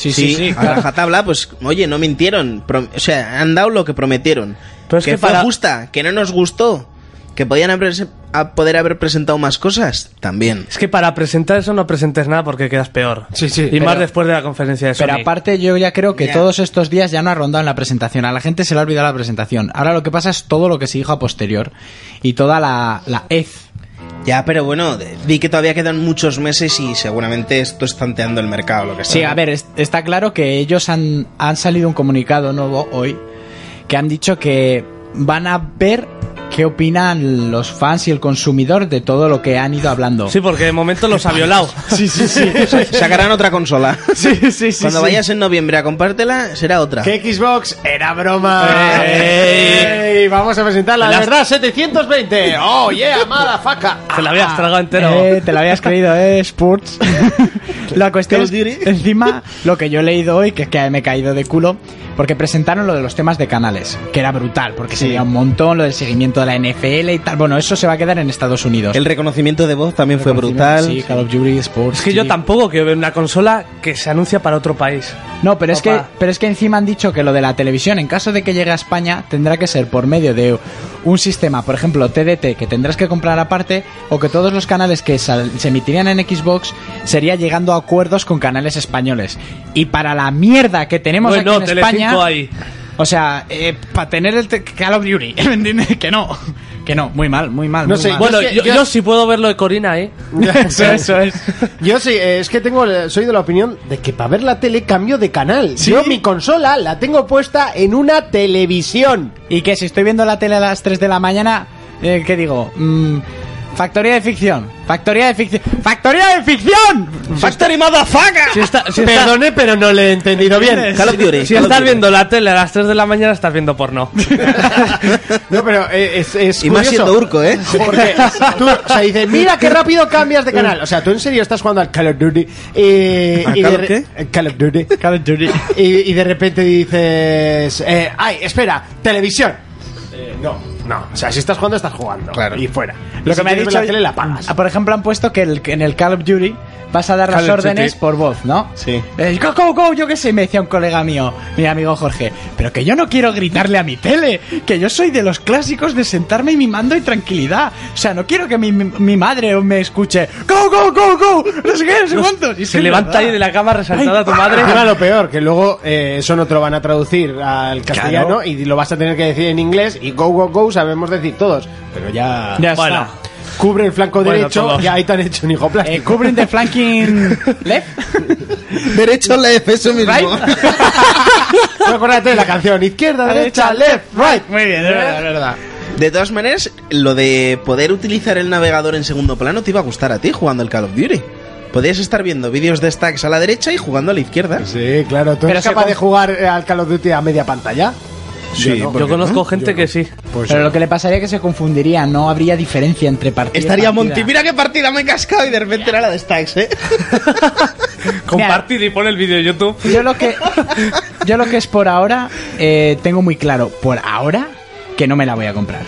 S5: a rajatabla, pues oye, no mintieron. Pro- O sea, han dado lo que prometieron.
S6: Pero es
S5: que,
S6: que
S5: fue
S6: para-
S5: justa, que no nos gustó. Que podían haber, a poder haber presentado más cosas también.
S6: Es que para presentar eso no presentes nada porque quedas peor.
S2: Sí, sí,
S6: Y
S2: pero-
S6: más después de la conferencia de Sony.
S4: Pero aparte yo ya creo que
S5: Ya.
S4: todos estos días ya no ha rondado en la presentación. A la gente se le ha olvidado la presentación. Ahora lo que pasa es todo lo que se dijo a posterior. Y toda la, la ez.
S5: Ya, pero bueno, de- di que todavía quedan muchos meses y seguramente esto es tanteando el mercado, lo que sea.
S4: Sí, a ver, es- está claro que ellos han, han salido un comunicado nuevo hoy que han dicho que van a ver qué opinan los fans y el consumidor de todo lo que han ido hablando.
S6: Sí, porque de momento los ha violado.
S4: sí,
S2: [laughs]
S4: sí. sí.
S5: Sacarán otra [laughs] consola.
S4: Sí, sí, sí,
S5: Cuando
S4: sí.
S5: vayas en noviembre a compártela, será otra.
S2: Que Xbox era broma. Eh,
S6: ¡Ey!
S2: ¡Ey! Vamos a presentarla, la
S6: Las-
S2: verdad, 720. Oh, yeah, mala faca.
S6: Se la habías tragado entero.
S4: Eh, te lo habías creído, ¿eh?
S5: [laughs]
S4: Sports. la cuestión
S5: Call of
S4: es,
S5: Duty.
S4: encima, lo que yo he leído hoy, que es que me he caído de culo, porque presentaron lo de los temas de canales, que era brutal, porque sería un montón, lo del seguimiento reconocimiento de la NFL y tal. Bueno, eso se va a quedar en Estados Unidos.
S5: El reconocimiento de voz también fue
S4: Reconocimiento,
S5: brutal.
S4: Sí, Call of Duty Sports.
S6: Es que yo
S4: sí.
S6: tampoco quiero ver una consola que se anuncia para otro país.
S4: No, pero es, que,
S6: Papá.
S4: pero es que encima han dicho que lo de la televisión, en caso de que llegue a España, tendrá que ser por medio de un sistema, por ejemplo, TDT, que tendrás que comprar aparte, o que todos los canales que sal- se emitirían en Xbox sería llegando a acuerdos con canales españoles. Y para la mierda que tenemos
S6: Bueno,
S4: aquí en
S6: Telecinco
S4: España...
S6: ahí.
S4: O sea, para tener el te- Call of Duty, [laughs] ¿me entiendes? Que no, que no, muy mal, muy mal.
S2: No
S4: muy
S2: sé,
S4: mal.
S6: Bueno,
S2: Es que
S6: yo,
S2: yo-
S6: yo sí puedo ver lo de Corina, ¿eh?
S4: eso, eso es.
S2: Yo sí, eh, es que tengo, eh, soy de la opinión de que para ver la tele cambio de canal. Yo mi consola la tengo puesta en una televisión.
S4: Y que si estoy viendo la tele a las 3 de la mañana, eh, ¿qué digo? Mm, factoría de ficción. Factoría de ficción. ¡Factoría de ficción! ¡Factory motherfucker!
S6: Si está- si está-
S2: Perdone, pero no le he entendido bien.
S5: Call of Duty.
S6: Si
S5: Call of
S6: estás
S5: Duty.
S6: viendo la tele a las 3 de la mañana, estás viendo porno.
S5: [laughs]
S2: No, pero eh, es, es
S5: Y más
S2: curioso,
S5: siendo urco, ¿eh?
S2: Porque tú, o sea, dices, mira qué rápido cambias de canal. O sea, tú en serio estás jugando al Call of Duty. eh,
S5: ¿A
S2: y de
S5: Call of
S2: re-
S5: qué?
S2: eh, Call of Duty. Y, y de repente dices, eh, ay, espera, televisión. Eh, no, no. O sea, si estás jugando, estás jugando.
S5: Claro.
S2: Y fuera.
S4: Lo que me ha
S2: quieres ver
S4: dicho.
S2: La tele la pagas.
S4: Ah, Por ejemplo, han puesto que el- que en el Call of Duty vas a dar
S5: Call
S4: las
S5: of Duty.
S4: órdenes por voz, ¿no?
S5: Sí.
S4: Eh, go, go, go, yo qué sé, me decía un colega mío, mi amigo Jorge, pero que yo no quiero gritarle a mi tele, que yo soy de los clásicos de sentarme y mi mando y tranquilidad. O sea, no quiero que mi, mi madre me escuche, go, go, go, go, no sé qué, no sé cuántos. Y
S6: Se
S4: sí,
S6: levanta
S4: ¿verdad?
S6: ahí de la cama resaltada tu madre.
S2: Encima lo peor, que luego eh, eso no te lo van a traducir al castellano y lo vas a tener que decir en inglés y go, go, go sabemos decir todos. Pero ya...
S4: Ya
S6: Bueno.
S4: está.
S2: Cubre el flanco
S6: Bueno,
S2: derecho
S6: todos.
S2: y ahí te han hecho un hijo
S4: Eh,
S2: plástico.
S4: covering the flanking left.
S5: [laughs] Derecho la F, eso mismo.
S2: No, acuérdate de la canción. Izquierda, derecha, left, right. Muy bien, de verdad, verdad.
S5: [laughs] De todas maneras, lo de poder utilizar el navegador en segundo plano te iba a gustar a ti jugando al Call of Duty. Podías estar viendo vídeos de stacks a la derecha y jugando a la izquierda.
S2: Sí, claro. ¿Tú
S4: Pero
S2: eres
S4: se
S2: capaz
S4: con-
S2: de jugar eh, al Call of Duty a media pantalla?
S5: Sí,
S2: no.
S5: ¿por
S6: Yo
S5: qué no?
S6: conozco gente que sí.
S2: Pues
S4: Pero lo que le pasaría es que se confundiría, no habría diferencia entre partidas.
S5: Estaría Monty, mira qué partida me he cascado y de repente era la de stacks, ¿eh?
S6: Compartir y pon el vídeo en YouTube.
S4: Yo lo que, yo lo que es por ahora, eh, tengo muy claro, por ahora, que no me la voy a comprar.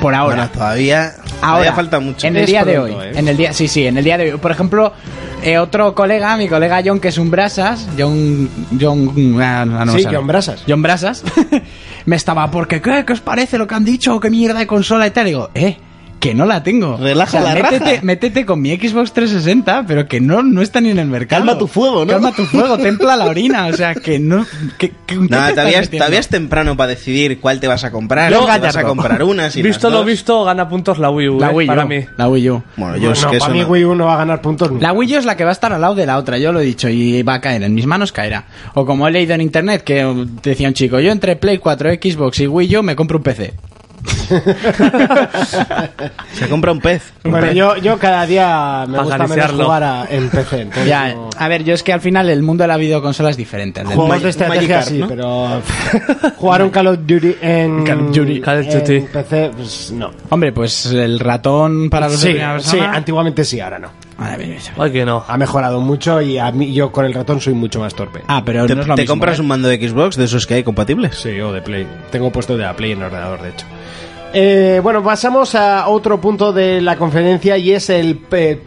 S4: Por ahora.
S5: Bueno, todavía,
S4: Ahora
S5: todavía falta mucho.
S4: En el día de
S2: ¿eh?
S4: hoy. En el día, sí, sí, en el día de hoy. Por ejemplo, eh, otro colega, mi colega John, que es un brasas, John, John, ah, no, no
S2: Sí,
S4: sabe.
S2: John Brasas.
S4: John Brasas, [laughs] me estaba porque qué, qué os parece lo que han dicho, qué mierda de consola y tal. Y digo, eh. Que no la tengo.
S5: Relaja la raja.
S4: métete, métete con mi Xbox 360, pero que no, no está ni en el mercado.
S5: Calma tu fuego, ¿no?
S4: Calma tu
S5: [laughs]
S4: fuego, templa la orina. O sea, que no. Que, que- [laughs] ¿qué te
S5: Nada,
S4: estás
S5: todavía, es-
S4: metiendo?
S5: todavía es temprano para decidir cuál te vas a comprar.
S6: Yo-
S5: si te vas a
S6: Gallardo.
S5: comprar una, si
S6: visto
S5: las
S6: lo
S5: dos.
S6: visto, gana puntos la Wii U.
S4: La
S6: eh,
S4: Wii U.
S6: para mí.
S4: La Wii U.
S5: Bueno, yo es
S2: no,
S5: que eso
S2: para mí
S5: no.
S2: Wii U no va a ganar puntos nunca.
S4: La Wii U es la que va a estar al lado de la otra, yo lo he dicho, y va a caer, en mis manos caerá. O como he leído en internet, que um, decía un chico, yo entre Play 4, Xbox y Wii U me compro un PC.
S5: Se compra un pez.
S2: Bueno, yo, yo cada día me
S6: Para
S2: gusta menos
S6: acariciarlo.
S2: jugar a, en
S6: [laughs]
S2: PC. entonces
S4: Ya,
S2: no-
S4: a ver, yo es que al final el mundo de la videoconsola es diferente. al del-
S2: Juegos
S5: Magic-
S2: de estrategia
S5: Magikarp,
S2: sí,
S5: ¿no?
S2: pero [laughs] jugar un Call of Duty en,
S6: Call of Duty. Call of Duty.
S2: en PC, pues no.
S4: Hombre, pues el ratón para los de
S2: Sí,
S4: primera
S2: sí,
S4: persona-
S2: antiguamente sí, ahora no.
S4: Madre mía.
S6: Ay, que no.
S2: Ha mejorado mucho y a mí, yo con el ratón soy mucho más torpe.
S4: Ah, pero
S5: Te,
S4: no es lo
S5: te
S4: mismo,
S5: compras
S4: ¿eh?
S5: un mando de Xbox de esos que hay
S2: [laughs]
S5: compatibles.
S2: Sí, o de Play. Tengo puesto de la Play en el ordenador, de hecho. Eh, bueno, pasamos a otro punto de la conferencia y es el eh,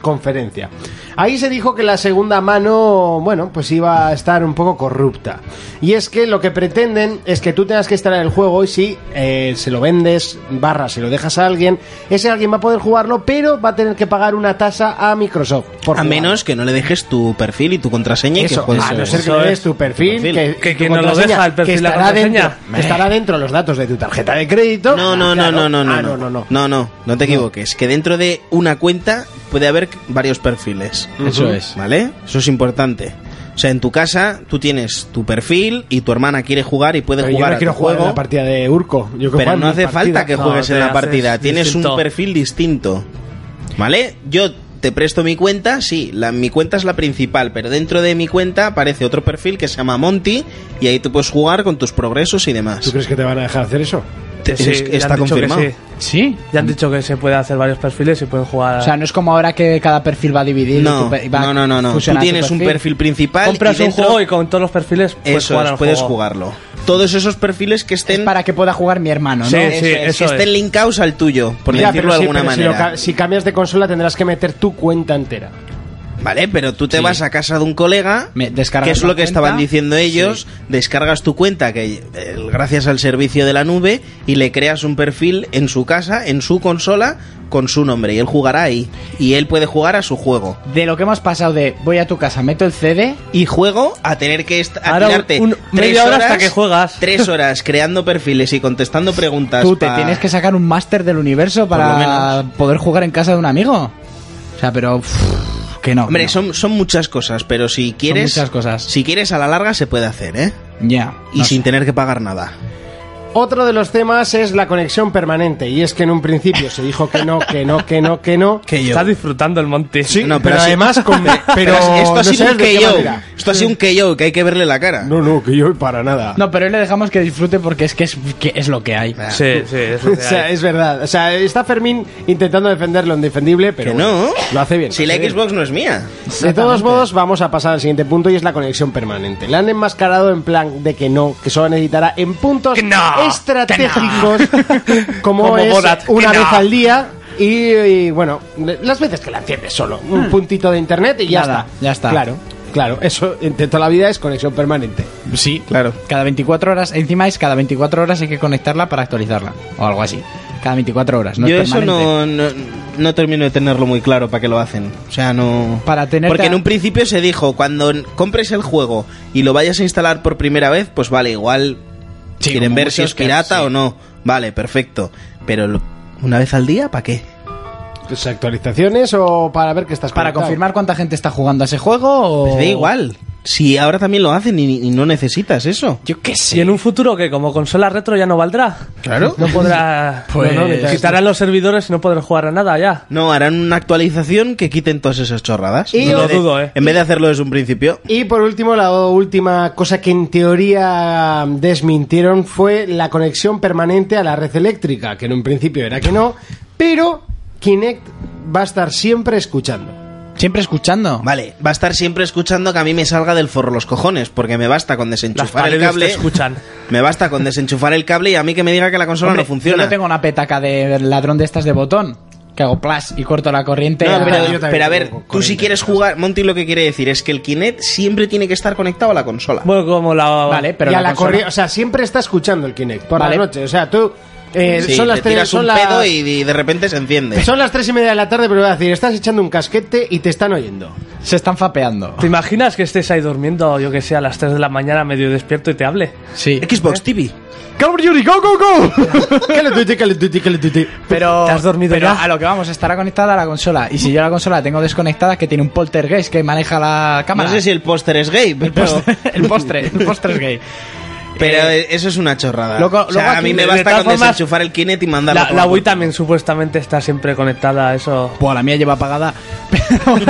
S2: post-conferencia. Ahí se dijo que la segunda mano, bueno, pues iba a estar un poco corrupta. Y es que lo que pretenden es que tú tengas que estar en el juego y si eh, se lo vendes, barra, se lo dejas a alguien, ese alguien va a poder jugarlo, pero va a tener que pagar una tasa a Microsoft. por
S5: A
S2: jugarlo.
S5: menos que no le dejes tu perfil y tu contraseña y
S2: Eso,
S5: que juegues
S2: a
S5: el
S2: no ser que
S6: Eso
S2: le des
S6: es.
S2: tu perfil,
S5: Perfil.
S2: que,
S6: Que
S2: tu
S6: quien no lo
S2: contraseña,
S6: deja, el perfil,
S2: que
S6: la
S2: estará
S6: contraseña.
S2: dentro, que estará dentro los datos de tu tarjeta de crédito.
S5: No, no, no,
S2: Claro.
S5: no, no, no,
S2: Ah,
S5: no,
S2: no, no.
S5: no, no, no te equivoques. Que dentro de una cuenta puede haber varios perfiles.
S4: Eso
S5: Ujú.
S4: es.
S5: ¿Vale? Eso es importante. O sea, en tu casa tú tienes tu perfil y tu hermana quiere jugar y puede
S2: Pero yo
S5: jugar
S2: no
S5: a
S2: quiero
S5: tu
S2: jugar
S5: juego.
S2: en la partida de Urco. Yo quiero
S5: pero
S2: jugar
S5: no
S2: en mi
S5: hace falta
S2: partida.
S5: que
S6: No,
S5: juegues
S6: te
S5: en la
S6: haces
S5: partida. Tienes
S6: distinto.
S5: un perfil distinto. ¿Vale? Yo te presto mi cuenta, sí, la, mi cuenta es la principal, pero dentro de mi cuenta aparece otro perfil que se llama Monty y ahí tú puedes jugar con tus progresos y demás.
S2: ¿Tú crees que te van a dejar hacer eso?
S5: Es-
S6: Sí, ya
S5: está
S6: han dicho que
S5: confirmado.
S6: Sí. Ya han dicho que se puede hacer varios perfiles y pueden jugar.
S4: O sea, no es como ahora que cada perfil va a dividir. y
S6: No,
S4: tu pe- y va
S6: no, no, no, no.
S4: a
S6: Tú
S4: fusionar
S6: tienes
S4: su
S6: un perfil
S5: principal
S6: compras
S5: y
S6: un
S5: dentro-
S6: juego y con todos los perfiles puedes
S5: Eso
S6: jugar
S5: es,
S6: al
S5: puedes
S6: juego.
S5: jugarlo. Todos esos perfiles que estén.
S4: para que pueda jugar mi hermano,
S5: ¿no?
S4: ¿no?
S5: Eso es, que estén linkados al tuyo, por
S2: Ya,
S5: decirlo
S2: pero
S5: de
S2: sí,
S5: alguna
S2: pero si lo
S5: manera.
S2: ca- Si, cambias de consola tendrás que meter tu cuenta entera.
S5: Vale, pero tú te vas a casa de un colega,
S4: descargas
S5: que es
S4: la
S5: lo que
S4: cuenta.
S5: estaban diciendo ellos, descargas tu cuenta que eh, gracias al servicio de la nube y le creas un perfil en su casa, en su consola, con su nombre y él jugará ahí y él puede jugar a su juego.
S4: De lo que hemos pasado de voy a tu casa, meto el CD
S5: y juego a tener que est- a
S4: Ahora un-
S5: tirarte
S4: un-
S5: tres
S4: media hora
S5: horas,
S4: hasta que
S6: juegas.
S4: [laughs]
S5: Tres horas creando perfiles y contestando preguntas.
S4: Tú te
S5: pa-
S4: tienes que sacar un máster del universo
S5: lo
S4: para
S5: menos.
S4: poder jugar en casa de un amigo. O sea, pero uff, que no.
S5: Hombre,
S4: no.
S5: son, son muchas cosas, pero si quieres.
S4: muchas cosas.
S5: Si quieres, a la larga se puede hacer, ¿eh?
S4: Ya.
S5: Y sin tener que pagar nada.
S2: Otro de los temas es la conexión permanente. Y es que en un principio se dijo que no, que no, que no, que no.
S5: Que
S6: Estás disfrutando el monte.
S2: Sí, no, pero, además
S5: [laughs]
S2: con... Pero,
S5: esto
S2: no
S5: ha sido
S2: sabes
S5: un
S2: de qué
S5: KO.
S2: manera.
S5: Esto ha sido un KO, que hay que verle la cara.
S2: No, no, que yo para nada.
S4: No, pero hoy le dejamos que disfrute porque es que es, que es lo que hay.
S6: Sí, sí, es lo
S2: [laughs] O
S6: que
S2: sea,
S6: hay.
S2: es verdad. O sea, está Fermín intentando defender lo indefendible, pero
S5: Que
S2: bueno,
S5: no.
S2: lo hace bien.
S5: Si
S2: lo
S5: la
S2: hace bien.
S5: Xbox no es mía.
S2: De todos modos, vamos a pasar al siguiente punto y es la conexión permanente. La han enmascarado en plan de que no, que solo necesitará en puntos estratégicos, [laughs] como,
S6: Como
S2: es
S6: Borat, que
S2: una
S6: no.
S2: vez al día. Y, y, bueno, las veces que la enciendes solo, un puntito de internet y ya
S4: Nada,
S2: está.
S4: ya está.
S2: Claro, claro. Eso en toda la vida es conexión permanente.
S4: Sí,
S5: claro.
S4: Cada 24 horas, encima es cada 24 horas hay que conectarla para actualizarla o algo así. Cada 24 horas, no
S5: Yo
S4: es
S5: eso
S4: permanente.
S5: no, no, no termino de tenerlo muy claro para qué lo hacen. O sea, no.
S4: Para tener
S5: Porque en un principio se dijo, cuando n- compres el juego y lo vayas a instalar por primera vez, pues vale, igual
S4: Sí,
S5: quieren
S4: como
S5: ver si
S4: muchos
S5: es
S4: que-
S5: pirata
S4: sí.
S5: o no. Vale, perfecto. Pero lo- una vez al día, ¿para qué?
S2: Pues, actualizaciones o para ver que estás
S4: para
S2: conectado.
S4: confirmar cuánta gente está jugando a ese juego o
S5: Pues da igual. Si ahora también lo hacen y, y no necesitas eso.
S4: Yo qué sé.
S6: Y en un futuro que como consola retro ya no valdrá.
S5: Claro.
S6: No podrá.
S4: Pues-
S6: no, no, quitarán los servidores y no podrán jugar a nada ya.
S5: No, harán una actualización que quiten todas esas chorradas.
S2: Y-
S5: En
S6: No
S5: vez de-
S6: lo dudo, eh.
S5: En vez de hacerlo desde un principio.
S2: Y por último, la última cosa que en teoría desmintieron fue la conexión permanente a la red eléctrica, que en un principio era que no, pero Kinect va a estar siempre escuchando.
S4: siempre escuchando.
S5: Vale, va a estar siempre escuchando que a mí me salga del forro los cojones, porque me basta con
S6: Las
S5: desenchufar el
S6: paredes te
S5: cable.
S6: escuchan.
S5: Me basta con desenchufar el cable y a mí que me diga que la consola
S4: Hombre,
S5: no funciona.
S4: Yo no tengo una petaca de ladrón de estas de botón que hago plas y corto la corriente.
S5: No,
S4: a-
S5: pero,
S2: yo también
S5: pero a ver,
S2: tengo
S5: tú si quieres jugar, Monty lo que quiere decir es que el Kinect siempre tiene que estar conectado a la consola.
S6: Bueno, como la.
S4: Vale, pero
S2: y a
S4: la
S2: la
S4: consola-
S2: corri- o sea, siempre está escuchando el Kinect por
S4: Vale.
S2: la noche. O sea, tú eh,
S5: Sí,
S2: son las
S5: te
S2: tres,
S5: tiras
S2: son
S5: un
S2: las-
S5: pedo y, y de repente se enciende.
S2: son las tres y media de la tarde, pero voy a decir, estás echando un casquete y te están oyendo.
S4: se están fapeando.
S6: ¿Te imaginas que estés ahí durmiendo, yo que sé, a las 3 de la mañana medio despierto y te hable?
S4: Sí.
S5: Xbox TV.
S2: Call of Duty, go, go, go. Call of Duty, Call of Duty, Call of Duty.
S4: Pero,
S6: [laughs] ¿Te has dormido
S4: pero
S6: ya?
S4: a lo que vamos, estará conectada a la consola. Y si yo la consola la tengo desconectada, que tiene un poltergeist que maneja la
S5: No
S4: cámara. [laughs]
S5: sé si el póster es gay,
S4: el,
S5: pero,
S4: postre,
S5: [laughs]
S4: el postre, el postre es gay.
S5: pero eso es una chorrada.
S4: Luego-
S5: O sea,
S4: luego
S5: a mí
S4: aquí,
S5: me
S4: de
S5: basta
S6: todas
S5: con
S6: formas,
S5: desenchufar el Kinect y mandarlo.
S6: La, la Wii también supuestamente está siempre conectada a eso.
S4: Buah, la mía lleva apagada. [laughs] Pero,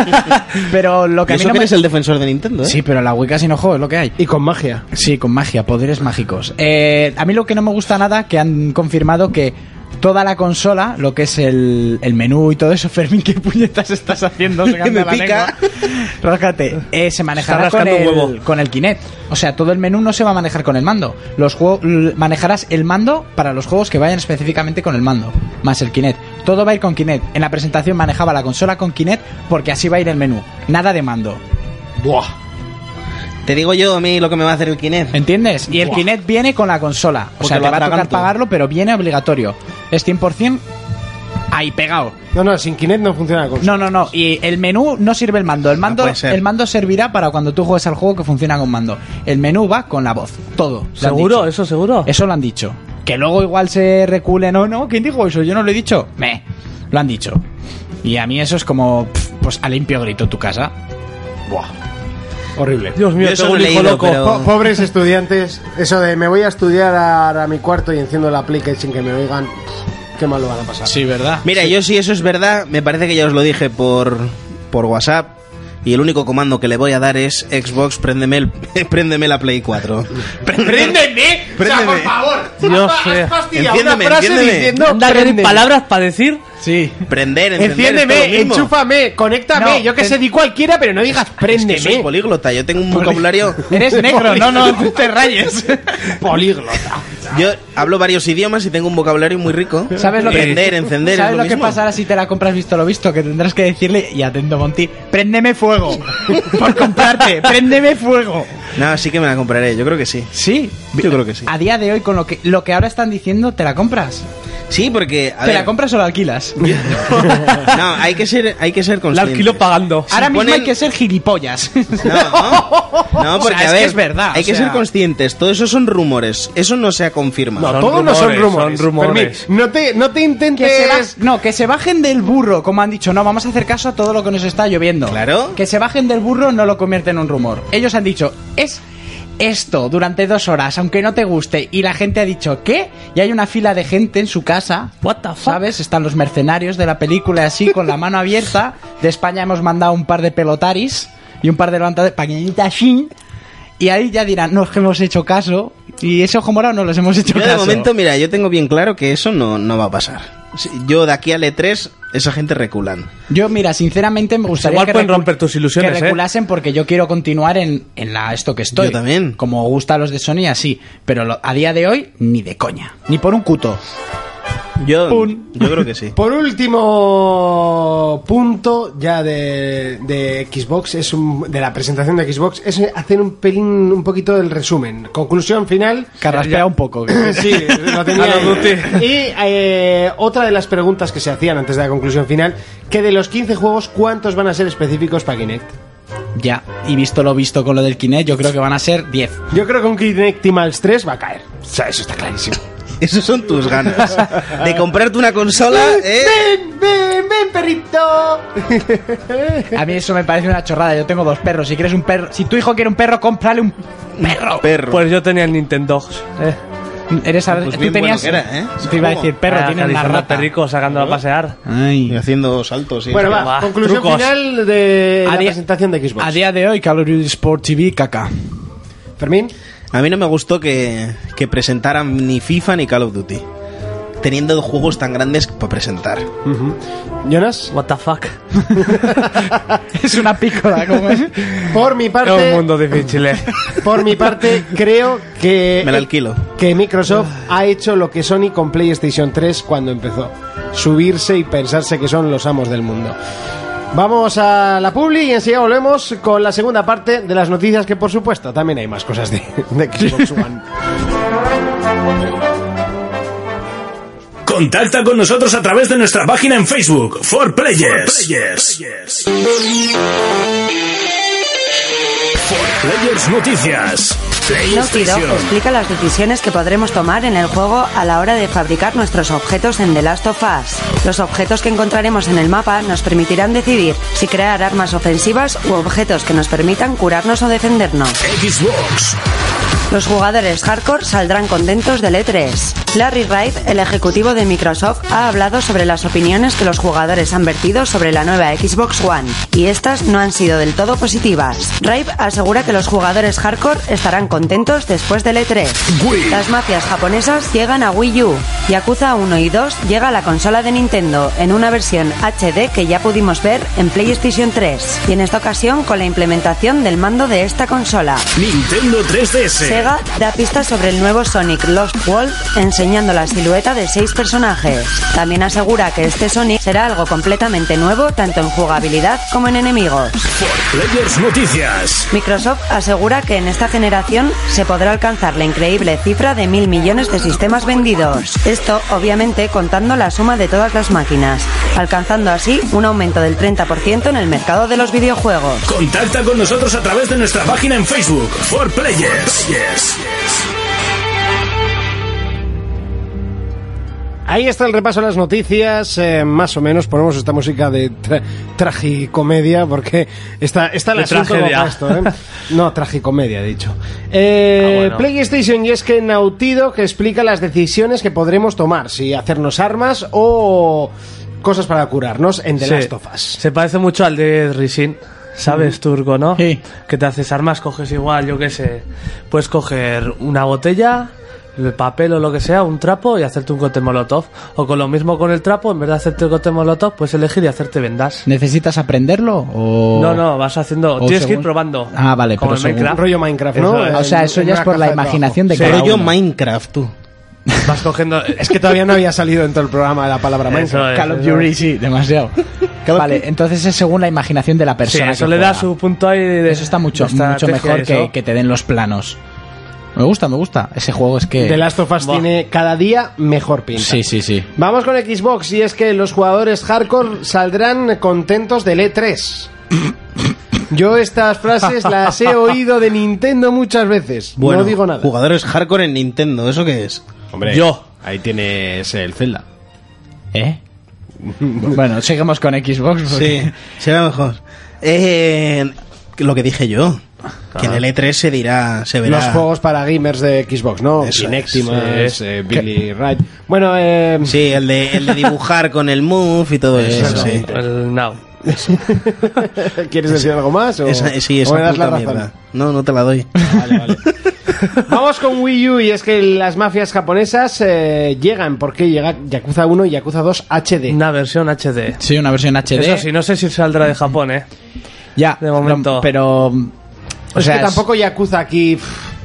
S4: pero lo que a mí
S5: eso
S4: no
S5: que
S4: me-
S5: eres el defensor de Nintendo, ¿eh?
S4: Sí, pero la Wii casi no juego, es lo que hay.
S2: Y con magia.
S4: Sí, con magia, poderes mágicos. Eh, a mí lo que no me gusta nada, que han confirmado que toda la consola, lo que es el, el menú y todo eso, [laughs] Fermín, ¿qué puñetas estás haciendo?
S6: [laughs]
S4: Sacando
S5: Me
S4: la
S5: pica.
S4: lengua. Rájate. Eh, se manejará
S6: Está
S4: con
S6: rascando un
S4: el,
S6: huevo.
S4: con el Kinect. O sea, todo el menú no se va a manejar con el mando. Los juegos manejarás el mando para los juegos que vayan específicamente con el mando, más el Kinect. Todo va a ir con Kinect. En la presentación manejaba la consola con Kinect porque así va a ir el menú. Nada de mando.
S5: Te digo yo a mí lo que me va a hacer el Kinect.
S4: ¿Entiendes? Y el
S5: Buah.
S4: Kinect viene con la consola. O
S5: Porque
S4: sea,
S5: lo
S4: te va a tocar
S5: atraganto.
S4: pagarlo, pero viene obligatorio. Es 100% ahí pegado.
S2: No, no, sin Kinect no funciona la consola.
S4: No, no, no. Y el menú no sirve el mando. El mando,
S5: puede ser.
S4: el mando servirá para cuando tú juegues al juego que funciona con mando. El menú va con la voz. Todo. Lo han
S6: ¿Seguro?
S4: dicho.
S6: ¿Eso seguro?
S5: Eh,
S4: Eso lo han dicho. Que luego igual se reculen o no. ¿Quién dijo eso? Yo no lo he dicho. Me. Lo han dicho. Y a mí eso es como. pf, Pues a limpio grito tu casa.
S2: Horrible.
S6: Eh, Dios mío,
S5: Yo eso
S6: tengo
S5: lo
S6: un
S5: he
S6: hijo
S5: leído,
S6: loco.
S5: pero-
S2: Po- pobres estudiantes, eso de me voy a estudiar a, a mi cuarto y enciendo la Play que sin que me oigan, qué mal lo van a pasar.
S4: Sí, ¿verdad?
S5: Mira, yo si eso es verdad, me parece que ya os lo dije por, por WhatsApp, y el único comando que le voy a dar es Xbox, préndeme, el, [laughs] préndeme la Play 4.
S12: ¡Préndeme! O sea, por favor.
S5: Dios
S12: has-
S6: eh,
S5: sea.
S12: has fastidiado una
S5: Enciéndeme,
S12: frase
S5: enciéndeme.
S12: diciendo.
S5: Anda,
S12: "Préndeme".
S5: ¿tienes
S6: palabras para decir?
S4: Sí.
S5: Prender, encender, es todo lo
S2: Enciéndeme,
S5: mismo.
S2: enchúfame, conéctame. yo que sé, di cualquiera, pero no digas préndeme.
S5: Es que soy políglota, yo tengo un vocabulario.
S2: Eres negro, no, no,
S5: te rayes. políglota. Yo hablo varios idiomas y tengo un vocabulario muy rico.
S4: ¿Sabes lo que,
S5: Prender, encender,
S4: ¿sabes
S5: es
S4: lo
S5: lo,
S4: que
S5: mismo.
S4: pasará si te la compras visto lo visto? Que tendrás que decirle, y atento Monty, préndeme fuego. [laughs] por comprarte, préndeme fuego.
S5: No, sí que me la compraré, yo creo que sí.
S4: Sí,
S5: yo creo que sí.
S4: A día de hoy, con lo que, lo que ahora están diciendo, ¿te la compras?
S5: Sí, porque.
S4: ¿Te la compras o la alquilas?
S5: [laughs] No, hay que ser, hay que ser consciente.
S4: alquilo
S6: pagando.
S4: ahora
S5: Si
S4: mismo
S5: ponen-
S4: hay que ser
S5: [laughs]
S4: gilipollas. [laughs]
S5: No,
S4: O sea,
S5: porque
S4: es
S5: a
S4: que
S5: ver,
S4: es verdad,
S5: Hay
S4: o
S5: que
S4: sea-
S5: ser conscientes. Todo eso son rumores. Eso no se ha confirmado.
S2: No, todos no son rumores. Fermín, no te, no te
S4: Que
S2: intentes.
S4: se baj- no, que se bajen del burro, como han dicho. No, vamos a hacer caso a todo lo que nos está lloviendo.
S5: Claro.
S4: Que se bajen del burro no lo convierte en un rumor. Ellos han dicho, es esto durante dos horas, aunque no te guste. Y la gente ha dicho, ¿qué? Y hay una fila de gente en su casa.
S6: What the fuck?
S4: ¿Sabes? Están los mercenarios de la película así, con la mano abierta. De España hemos mandado un par de pelotaris y un par de levantadores. Paquinitas así. Y ahí ya dirán, no es que hemos hecho caso. Y ese ojo morado no los hemos hecho
S5: Yo de
S4: caso.
S5: momento, mira, yo tengo bien claro que eso no, no va a pasar. Si- Yo de aquí al E3, esa gente reculan.
S4: Yo, mira, sinceramente me gustaría
S6: Igual
S4: que,
S6: pueden
S4: recu-
S6: romper tus ilusiones,
S4: que
S6: ¿eh?
S4: reculasen porque yo quiero continuar en, en la esto que estoy.
S5: Yo también.
S4: Como gusta a los de Sony, así. Pero lo- a día de hoy, ni de coña. Ni por un cuto.
S5: Yo,
S2: Pun.
S5: yo creo que sí. [laughs]
S2: Por último punto ya de, de Xbox, es un- de la presentación de Xbox, es hacer un pelín, un poquito del resumen. Conclusión final.
S4: Carraspea un
S6: [coughs]
S4: poco.
S2: [laughs] Sí, [laughs] lo tenía
S6: A lo
S2: ahí. Y eh, otra de las preguntas que se hacían antes de la conclusión final, que de los 15 juegos, ¿cuántos van a ser específicos para Kinect?
S4: ya. Y visto lo visto con lo del Kinect, yo creo que van a ser 10.
S2: Yo creo que un Kinect y Max 3 va a caer. O sea, eso está clarísimo.
S5: Esas son tus
S4: [laughs]
S5: ganas. De comprarte una consola, ¿eh?
S2: ¡Ven, ven, ven, perrito!
S4: A mí eso me parece una chorrada. Yo tengo dos perros. Si quieres un perro, si tu hijo quiere un perro, cómprale un perro.
S5: Perro.
S6: Pues yo tenía el Nintendo. Eh,
S4: Eres al-
S5: Pues
S4: tú
S5: bien
S4: tenías.
S5: bueno que era, ¿eh?
S4: Te iba a
S5: ¿Cómo?
S4: decir perro,
S6: Ah,
S4: tiene una
S6: acariciando al
S4: rata.
S6: perrico sacándolo a pasear.
S5: Y
S4: Ay.
S5: haciendo saltos. y-
S2: Bueno, va,
S6: Va,
S2: conclusión
S6: trucos.
S2: final de la
S4: A día-
S2: presentación de Xbox.
S4: A día de hoy, Call of Duty Sport TV, caca. [laughs]
S2: Fermín.
S5: A mí no me gustó que, que presentaran ni FIFA ni Call of Duty. Teniendo juegos tan grandes para presentar.
S2: Jonas.
S6: What the fuck.
S4: Es una pícola, como es.
S2: Por mi
S6: Es un
S2: parte,
S6: mundo difícil, eh.
S2: [laughs] por mi
S6: [laughs]
S2: parte, creo que
S5: Me la alquilo.
S2: que Microsoft ha hecho lo que Sony con PlayStation 3 cuando empezó, subirse y pensarse que son los amos del mundo. Vamos a la publi y enseguida volvemos con la segunda parte de las noticias que por supuesto también hay más cosas de, de Xbox One.
S1: Contacta con nosotros a través de nuestra página en Facebook, For Players. For Players. For Players Noticias.
S3: Naughty Dog
S1: PlayStation.
S3: explica las decisiones que podremos tomar en el juego a la hora de fabricar nuestros objetos en The Last of Us. Los objetos que encontraremos en el mapa nos permitirán decidir si crear armas ofensivas u objetos que nos permitan curarnos o defendernos.
S1: Xbox.
S3: Los jugadores hardcore saldrán contentos del E3. Larry Wright, el ejecutivo de Microsoft, ha hablado sobre las opiniones que los jugadores han vertido sobre la nueva Xbox One, y estas no han sido del todo positivas. Wright asegura que los jugadores hardcore estarán contentos después del E3.
S1: Wii.
S3: Las mafias japonesas llegan a Wii U. Yakuza 1 y 2 llega a la consola de Nintendo en una versión HD que ya pudimos ver en PlayStation 3, y en esta ocasión con la implementación del mando de esta consola.
S1: Nintendo 3DS.
S3: Sega da pistas sobre el nuevo Sonic Lost World enseñando la silueta de seis personajes. También asegura que este Sonic será algo completamente nuevo tanto en jugabilidad como en enemigos.
S1: Players Noticias.
S3: Microsoft asegura que en esta generación se podrá alcanzar la increíble cifra de mil millones de sistemas vendidos. Esto, obviamente, contando la suma de todas las máquinas, alcanzando así un aumento del 30% en el mercado de los videojuegos.
S1: Contacta con nosotros a través de nuestra página en Facebook, For Players.
S2: Ahí está el repaso de las noticias, eh, más o menos ponemos esta música de tra- tragicomedia porque está, está el
S6: De
S2: asunto como
S6: tragedia.
S2: para esto,
S6: [laughs]
S2: ¿eh? No, tragicomedia, he dicho. Eh,
S6: Ah, bueno.
S2: PlayStation y es que Nautido que explica las decisiones que podremos tomar, si hacernos armas o cosas para curarnos en The
S6: Sí.
S2: Last of Us.
S6: Se parece mucho al de Rising. ¿Sabes, Turco, no? Sí. Que te haces armas, coges igual, yo qué sé. Puedes coger una botella, el papel o lo que sea, un trapo y hacerte un cóctel molotov. O con lo mismo con el trapo, en vez de hacerte el cóctel molotov, puedes elegir y hacerte vendas.
S4: ¿Necesitas aprenderlo? O...
S6: No, no, vas haciendo.
S4: O
S6: tienes que ir
S4: según-
S6: probando.
S4: Ah, vale,
S6: Como
S4: pero
S6: en
S4: según-
S6: Minecraft.
S4: Rollo Minecraft, ¿no? Ah, O sea, eso ya es por la imaginación de cada
S5: Rollo
S4: uno.
S5: Minecraft, tú.
S6: Vas
S4: [laughs]
S6: cogiendo.
S2: Es que todavía no había salido en todo el programa la palabra Minecraft.
S4: Call of Duty, sí, demasiado. vale, entonces es según la imaginación de la persona.
S6: sí, eso
S4: que
S6: le da
S4: juega.
S6: su punto ahí de.
S4: Eso está mucho,
S6: de
S4: mucho
S6: estrategia,
S4: mejor que,
S6: eso.
S4: que te den los planos. Me gusta, me gusta. Ese juego es que.
S2: The Last of Us tiene cada día mejor pinta.
S4: Sí, sí, sí.
S2: Vamos con Xbox y es que los jugadores hardcore saldrán contentos del
S5: [coughs]
S2: E3. Yo estas frases las he oído de Nintendo muchas veces.
S5: Bueno,
S2: no digo nada.
S5: jugadores hardcore en Nintendo, ¿eso qué es?
S2: Hombre,
S5: Yo.
S2: Ahí tienes el Zelda.
S4: ¿Eh? bueno, sigamos con Xbox. porque-
S5: Sí, será mejor. Eh, lo que dije yo. Que en el E3 se dirá, se verá.
S2: Ah. Los juegos para gamers de Xbox, ¿no?
S5: Eso
S2: Kinectimas,
S5: es.
S2: eh, Billy Wright. Bueno, eh...
S5: Sí, el de, el
S2: [laughs]
S5: de dibujar con el move y todo eso.
S2: Eso.
S5: sí.
S6: El Now.
S2: [laughs] ¿Quieres decir algo más? O,
S5: Esa- sí, esa
S2: o me das
S5: puta
S2: la razón?
S5: mierda. No, no te la doy.
S2: [laughs] Vamos con Wii U y es que las mafias japonesas eh, llegan porque llega Yakuza 1 y Yakuza 2 HD.
S6: Una versión HD.
S4: Sí, una versión HD.
S6: Eso sí, no sé si saldrá de Japón, ¿eh?
S4: Ya,
S6: De momento.
S4: no, pero. O
S2: es
S4: sea,
S2: que
S4: es-
S2: tampoco Yakuza aquí.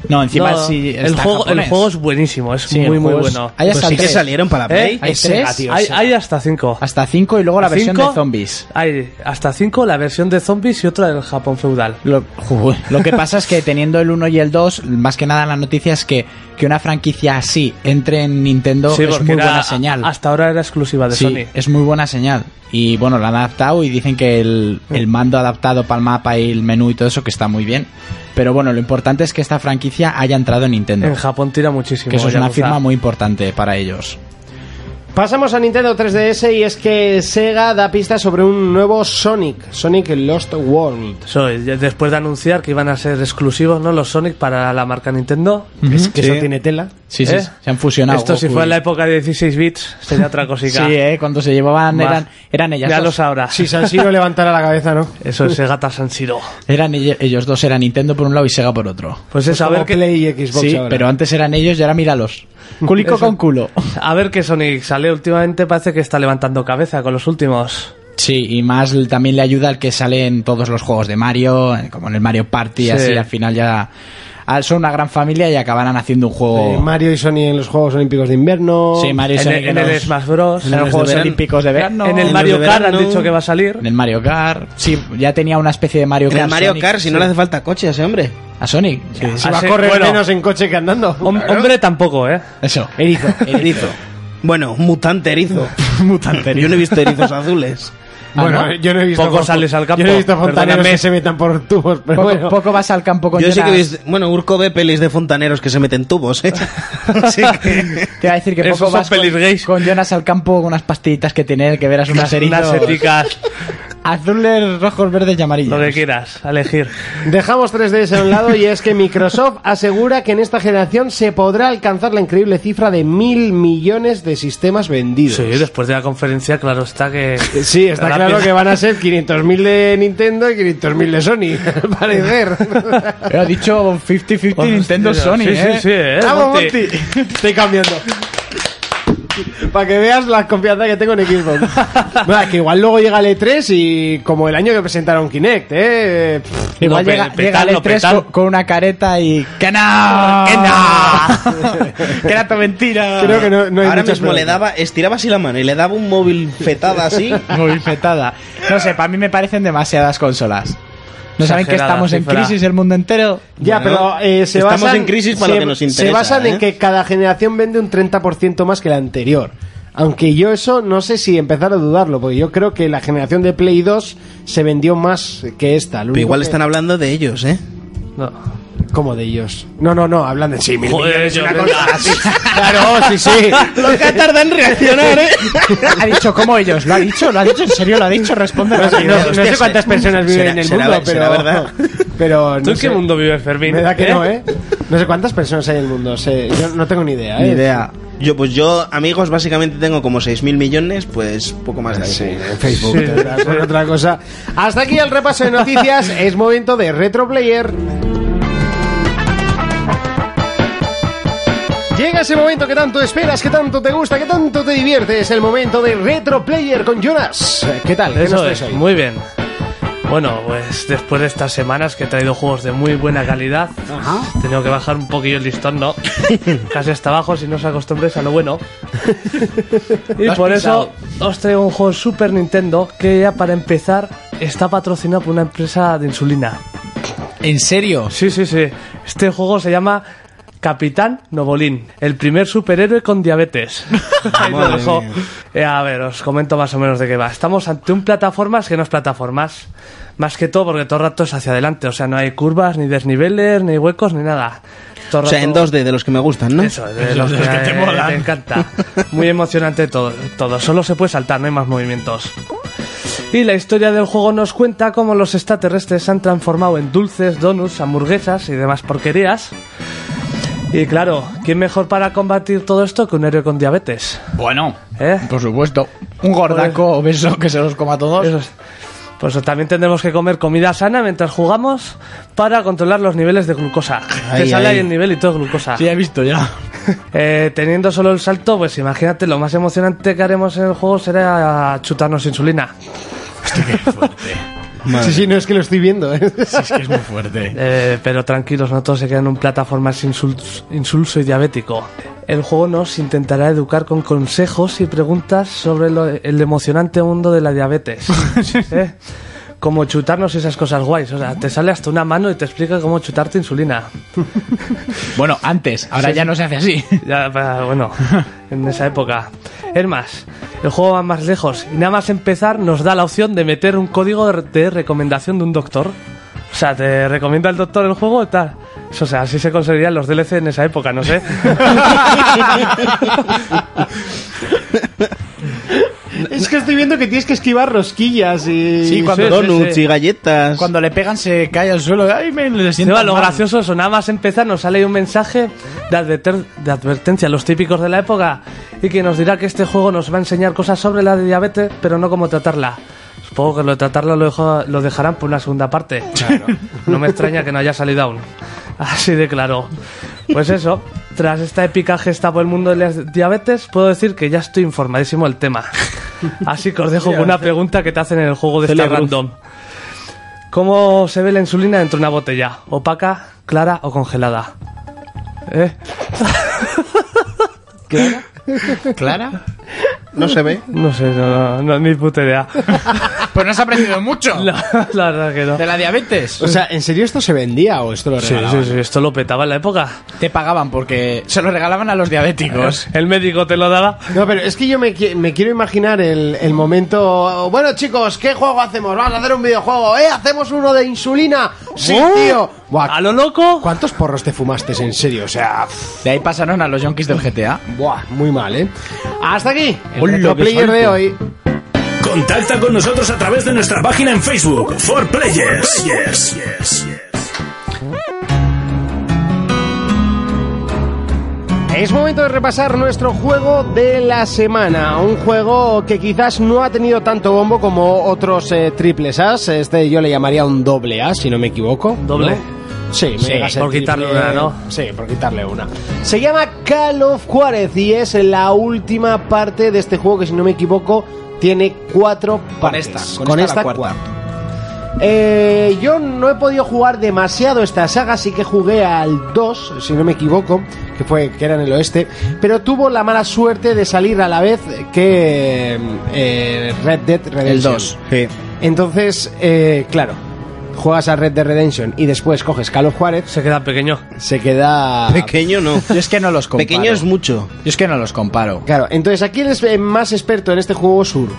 S4: No, encima
S6: No,
S4: sí.
S6: el,
S4: está
S6: juego, el
S4: japonés.
S6: juego es buenísimo, es
S4: Sí, el
S6: muy, muy
S4: juego es-
S6: bueno.
S5: Pues
S4: Hay hasta tres.
S6: ¿Eh?
S4: ¿Eh? Hay
S5: ah,
S4: tres.
S6: Hay, hay hasta cinco.
S4: Hasta cinco y luego la versión
S6: Cinco.
S4: de zombies.
S6: Hay hasta cinco, la versión de zombies y otra del Japón feudal.
S4: Lo, Uy, lo que pasa es que teniendo el 1 y el 2, más que nada la noticia es que, que una franquicia así entre en Nintendo
S6: Sí,
S4: es
S6: porque
S4: muy
S6: era-
S4: buena señal.
S6: Hasta ahora era exclusiva de
S4: Sí,
S6: Sony.
S4: es muy buena señal. Y bueno, la han adaptado y dicen que el,
S6: Mm.
S4: el mando adaptado para el mapa y el menú y todo eso que está muy bien. Pero bueno, lo importante es que esta franquicia haya entrado en Nintendo.
S6: En Japón tira muchísimo.
S4: que eso es
S6: Yakuza.
S4: una firma muy importante para ellos.
S2: Pasamos a Nintendo 3DS y es que Sega da pistas sobre un nuevo Sonic, Sonic Lost World.
S6: Eso, y después de anunciar que iban a ser exclusivos, ¿no? Los Sonic para la marca Nintendo.
S2: Es que eso tiene tela.
S4: Sí, sí,
S6: ¿Eh?
S4: se han fusionado.
S6: Esto si
S4: Goku
S6: fuera
S4: y-
S6: en la época de 16 bits, sería otra cosica.
S4: Sí, eh, cuando se llevaban
S6: Va.
S4: eran, eran ellas
S6: Ya
S4: dos.
S6: lo sabrá.
S2: Si San Siro levantara la cabeza, ¿no?
S6: [laughs] Eso es Segata San Siro.
S4: Eran elle- ellos dos, era Nintendo por un lado y Sega por otro.
S6: Pues eso, a
S2: Como
S6: ver qué,
S2: Play y Xbox
S4: sí,
S2: ahora.
S4: pero antes eran ellos y ahora míralos. Culico
S6: Eso.
S4: con culo.
S6: a ver qué Sonic sale. Últimamente parece que está levantando cabeza con los últimos.
S4: Sí, y más l- también le ayuda al que sale en todos los juegos de Mario, eh, como en el Mario Party,
S6: Sí.
S4: así al final ya ah, son una gran familia y acabarán haciendo un
S2: Eh,
S4: juego.
S2: Mario y Sony en los Juegos Olímpicos de Invierno.
S4: Sí, Mario y
S6: En
S4: Sonic
S6: el- en
S4: los-
S6: el Smash Bros.
S4: en los
S6: En los
S4: Juegos
S6: de verano.
S4: Olímpicos de verano.
S6: en el
S4: en
S6: Mario
S4: los de
S6: Kart han
S4: verano,
S6: dicho que va a salir.
S4: En el Mario Kart. Sí, ya tenía una especie de Mario
S5: En
S4: Kart.
S5: el Mario
S4: Sonic,
S5: Kart, si
S4: sí.
S5: no le hace falta coche a ese hombre.
S4: A Sonic. ya.
S2: Se va a
S6: Así-
S2: correr
S6: bueno.
S2: menos en coche que andando.
S6: Hom- Hombre, tampoco, ¿eh?
S4: Eso.
S6: [laughs]
S2: Erizo.
S5: Erizo. bueno,
S2: [laughs]
S5: mutante erizo. mutante Yo no he visto erizos azules.
S2: [laughs] Bueno,
S4: Ah, ¿no?
S2: yo no he visto.
S6: Poco sales al campo,
S2: Yo no he visto fontaneros
S6: perdóname.
S2: que se metan por tubos, pero
S4: Poco,
S2: bueno.
S4: poco vas al campo
S2: Pues
S4: con
S5: Yo sí que he
S4: llenas-
S5: visto- Bueno, Urco ve pelis de fontaneros que se meten tubos, ¿eh? [laughs] Así que...
S4: Te iba a decir que
S6: Esos
S4: poco
S6: son
S4: vas con,
S6: pelis gays.
S4: con Jonas al campo con unas pastillitas que tiene que verás unas
S6: Unas
S4: heridas.
S6: eticas,
S4: Azules, rojos, verdes y amarillos.
S6: lo que quieras, a elegir.
S2: Dejamos 3DS a un lado y es que Microsoft asegura que en esta generación se podrá alcanzar la increíble cifra de mil millones de sistemas vendidos.
S6: Sí, después de la conferencia, claro está que.
S2: Eh, Sí, está
S6: Rápido.
S2: claro que
S6: [laughs]
S2: van a ser 500.000 de Nintendo y 500.000 de Sony, [laughs] al parecer.
S4: Pero ha dicho 50-50
S6: Hostia,
S4: Nintendo Sony, [laughs]
S6: sí,
S4: ¿eh?
S6: Sí, sí, ¿eh?
S2: ¡Bravo,
S6: Monty.
S2: Monty! Estoy cambiando. Para que veas la confianza que tengo en
S4: [laughs]
S2: Xbox. Nada, que igual luego llega el E3 y como el año que presentaron Kinect, ¿eh? Pff,
S4: Igual
S6: No,
S4: llega,
S6: pe-
S4: llega el E3
S6: petadlo, petadlo.
S4: con, con una careta y... ¡Que no! ¡Que [laughs] no! ¡Que era tu mentira!
S2: [laughs] Creo que no, no hay
S5: Ahora
S2: muchas
S5: mismo le
S2: preguntas.
S5: daba, estiraba así la mano y le daba un móvil fetada así.
S4: Muy fetada. No sé, para mí me parecen demasiadas consolas. ¿No saben que
S6: Exagerada
S4: estamos en
S6: cifra.
S4: crisis el mundo entero?
S2: [laughs] Ya,
S5: Bueno,
S2: pero eh, se
S5: estamos
S2: basan,
S5: en crisis para lo
S2: se-
S5: que nos
S2: Se
S5: interesa,
S2: basan en
S5: ¿eh?
S2: que cada generación vende un 30% más que la anterior. Aunque yo eso no sé si empezar a dudarlo, porque yo creo que la generación de Play 2 se vendió más que esta. Lo
S5: Pero
S2: único
S5: igual
S2: que-
S5: están hablando de ellos, ¿eh?
S6: No.
S2: como de ellos. No, no, no, hablan de sí. mil
S6: Joder,
S2: millones,
S6: yo
S2: una
S6: creo
S2: cosa
S6: que-
S2: así.
S5: [laughs]
S2: Claro, sí, [laughs] sí.
S5: Lo que tarda en reaccionar, ¿eh?
S4: [laughs] Ha dicho, ¿cómo ellos? ¿Lo ha dicho? ¿Lo ha dicho? ¿En serio lo ha dicho? Responde.
S2: No, sé- no- no sé
S5: Hostia,
S2: cuántas
S5: se-
S2: personas viven
S5: será-
S2: en el
S5: será-
S2: mundo,
S5: será
S2: pero.
S5: verdad.
S2: [laughs] Pero no
S6: ¿Tú en
S2: sé.
S6: qué mundo vives, Fermín?
S2: Me da que
S6: ¿Eh?
S2: no, ¿eh? No sé cuántas personas hay en el mundo. sé- yo no tengo [laughs] ni idea, ¿eh?
S4: Ni idea.
S5: Yo, pues yo, amigos, básicamente tengo como 6.000 millones, pues poco más de ahí. Sí, en
S2: Sí, otra- otra- otra cosa. Hasta aquí el repaso de noticias. Es momento de Retroplayer. Llega ese momento que tanto esperas, que tanto te gusta, que tanto te divierte. Es el momento de Retroplayer con Jonas. Eh, ¿Qué tal? ¿Qué nos
S6: Eso
S2: traes
S6: es,
S2: hoy?
S6: muy bien. Bueno, pues después de estas semanas que he traído juegos de muy buena calidad, he tenido que bajar un poquillo el
S2: [laughs]
S6: listón, ¿no? Casi hasta abajo si no os acostumbréis a lo bueno. y
S2: Lo has
S6: por
S2: pisado.
S6: eso os traigo un juego Super Nintendo que ya para empezar está patrocinado por una empresa de insulina.
S4: ¿En serio?
S6: Sí, sí, sí. Este juego se llama Capitán Novolín, el primer superhéroe
S5: [laughs]
S6: con diabetes. Ahí lo
S2: Madre
S6: dejo.
S2: mía.
S6: Eh, a ver, os comento más o menos de qué va. Estamos ante un plataformas que no es plataformas. Más que todo porque todo el rato es hacia adelante. O sea, no hay curvas, ni desniveles, ni huecos, ni nada. Todo el
S5: O sea, en
S6: rato-
S5: 2D, de los que me gustan, ¿no?
S6: [laughs] Eso, de los que, eh, te encanta. Muy emocionante todo, todo. Solo se puede saltar, no hay más movimientos. Y la historia del juego nos cuenta cómo los extraterrestres se han transformado en dulces, donuts, hamburguesas y demás porquerías. Y claro, ¿quién mejor para combatir todo esto que un héroe con diabetes?
S4: Bueno,
S6: ¿Eh?
S4: por supuesto. Un gordaco obeso que se los coma a todos.
S6: Pues también tendremos que comer comida sana mientras jugamos para controlar los niveles de glucosa.
S4: Ahí,
S6: Te sale
S4: ahí.
S6: ahí el nivel y todo es glucosa.
S4: Sí, he visto ya.
S6: Eh, teniendo solo el salto, pues imagínate, lo más emocionante que haremos en el juego será chutarnos insulina.
S2: Sí, sí, no es que lo estoy viendo. ¿eh?
S4: fuerte.
S6: Eh, pero tranquilos, no todos se quedan en un plataformas insulso, insulso y diabético. El juego nos intentará educar con consejos y preguntas sobre lo- el emocionante mundo de la diabetes. ¿Eh? Como chutarnos y esas cosas guays. O sea, te sale hasta una mano y te explica cómo chutarte insulina.
S4: Bueno, antes, ahora
S6: Sí,
S4: ya
S6: sí.
S4: no se hace así.
S6: [laughs] Ya, pa- bueno, en esa época. Es más, el juego va más lejos y nada más empezar nos da la opción de meter un código de- de recomendación de un doctor. O sea, te recomienda el doctor el juego y tal. Eso, O sea, así se conseguirían los DLC en esa época, no sé.
S2: [laughs] es que estoy viendo que tienes que esquivar rosquillas y.
S5: donuts y galletas.
S4: Cuando le pegan se cae al suelo. Ay, me le siento
S6: Encima, lo
S4: mal.
S6: gracioso es, nada más empezar nos sale un mensaje de, adverter- de advertencia a los típicos de la época y que nos dirá que este juego nos va a enseñar cosas sobre la diabetes, pero no cómo tratarla. Supongo que lo de tratarla lo, dejo- lo dejarán por una segunda parte. [laughs] No me extraña que no haya salido aún. [laughs] Así de claro. Pues eso, tras esta épica gesta por el mundo de las diabetes, puedo decir que ya estoy informadísimo del tema. Así que os dejo con una pregunta que te hacen en el juego de esta
S5: Celia Cruz.
S6: random. ¿Cómo se ve la insulina dentro de una botella? ¿Opaca, clara o congelada? ¿Eh?
S4: ¿Clara?
S5: No se ve.
S6: No sé, no, no, no, ni puta
S4: [laughs]
S6: idea. [laughs]
S4: Pues no has aprendido mucho.
S6: No, la verdad que no.
S4: De la diabetes.
S2: O sea, ¿en serio esto se vendía o esto lo
S6: Sí,
S2: regalaban?
S6: sí, sí, esto lo petaba en la época.
S4: Te pagaban porque se lo regalaban a los diabéticos.
S6: El médico te lo daba.
S2: No, pero es que yo me, qui- me quiero imaginar el, el momento. Bueno, chicos, ¿qué juego hacemos? Vamos a hacer un videojuego, ¿eh? ¿Hacemos uno de insulina? Sí,
S6: ¡Oh!
S2: tío. Buah,
S6: ¿A lo loco?
S2: ¿Cuántos porros te fumaste en serio? O sea, pff,
S4: De ahí pasaron a los yonkis del GTA.
S2: buah, muy mal, ¿eh? Hasta aquí, el
S4: Hola,
S2: Retro
S4: qué
S2: player de
S4: salto.
S2: hoy.
S1: Contacta con nosotros a través de nuestra página en Facebook, For Players. Yes, yes, yes.
S2: Es momento de repasar nuestro juego de la semana, un juego que quizás no ha tenido tanto bombo como otros eh, triples As, este yo le llamaría un doble A, si no me equivoco.
S6: ¿Doble?
S2: ¿no? Sí, me
S6: Sí,
S2: llega a ser
S6: por quitarle
S2: triple-
S6: una, ¿no?
S2: Sí, por quitarle una. Se llama Call of Juárez y es la última parte de este juego que si no me equivoco tiene cuatro partes.
S4: esta, con esta la cuarta.
S2: Eh, yo no he podido jugar demasiado esta saga, sí que jugué al 2, si no me equivoco, que fue que era en el oeste, pero tuvo la mala suerte de salir a la vez que eh, Red Dead Redemption.
S4: El 2. Sí.
S2: Entonces, eh, claro, juegas a Red Dead Redemption y después coges Call of Juárez,
S6: Se queda pequeño.
S2: se queda
S5: Pequeño no.
S4: Yo Ah. [laughs] es que no los comparo.
S5: Pequeño es mucho.
S4: Yo es que no los comparo.
S2: Claro, entonces aquí el es- eh, más experto en este juego es Urbo.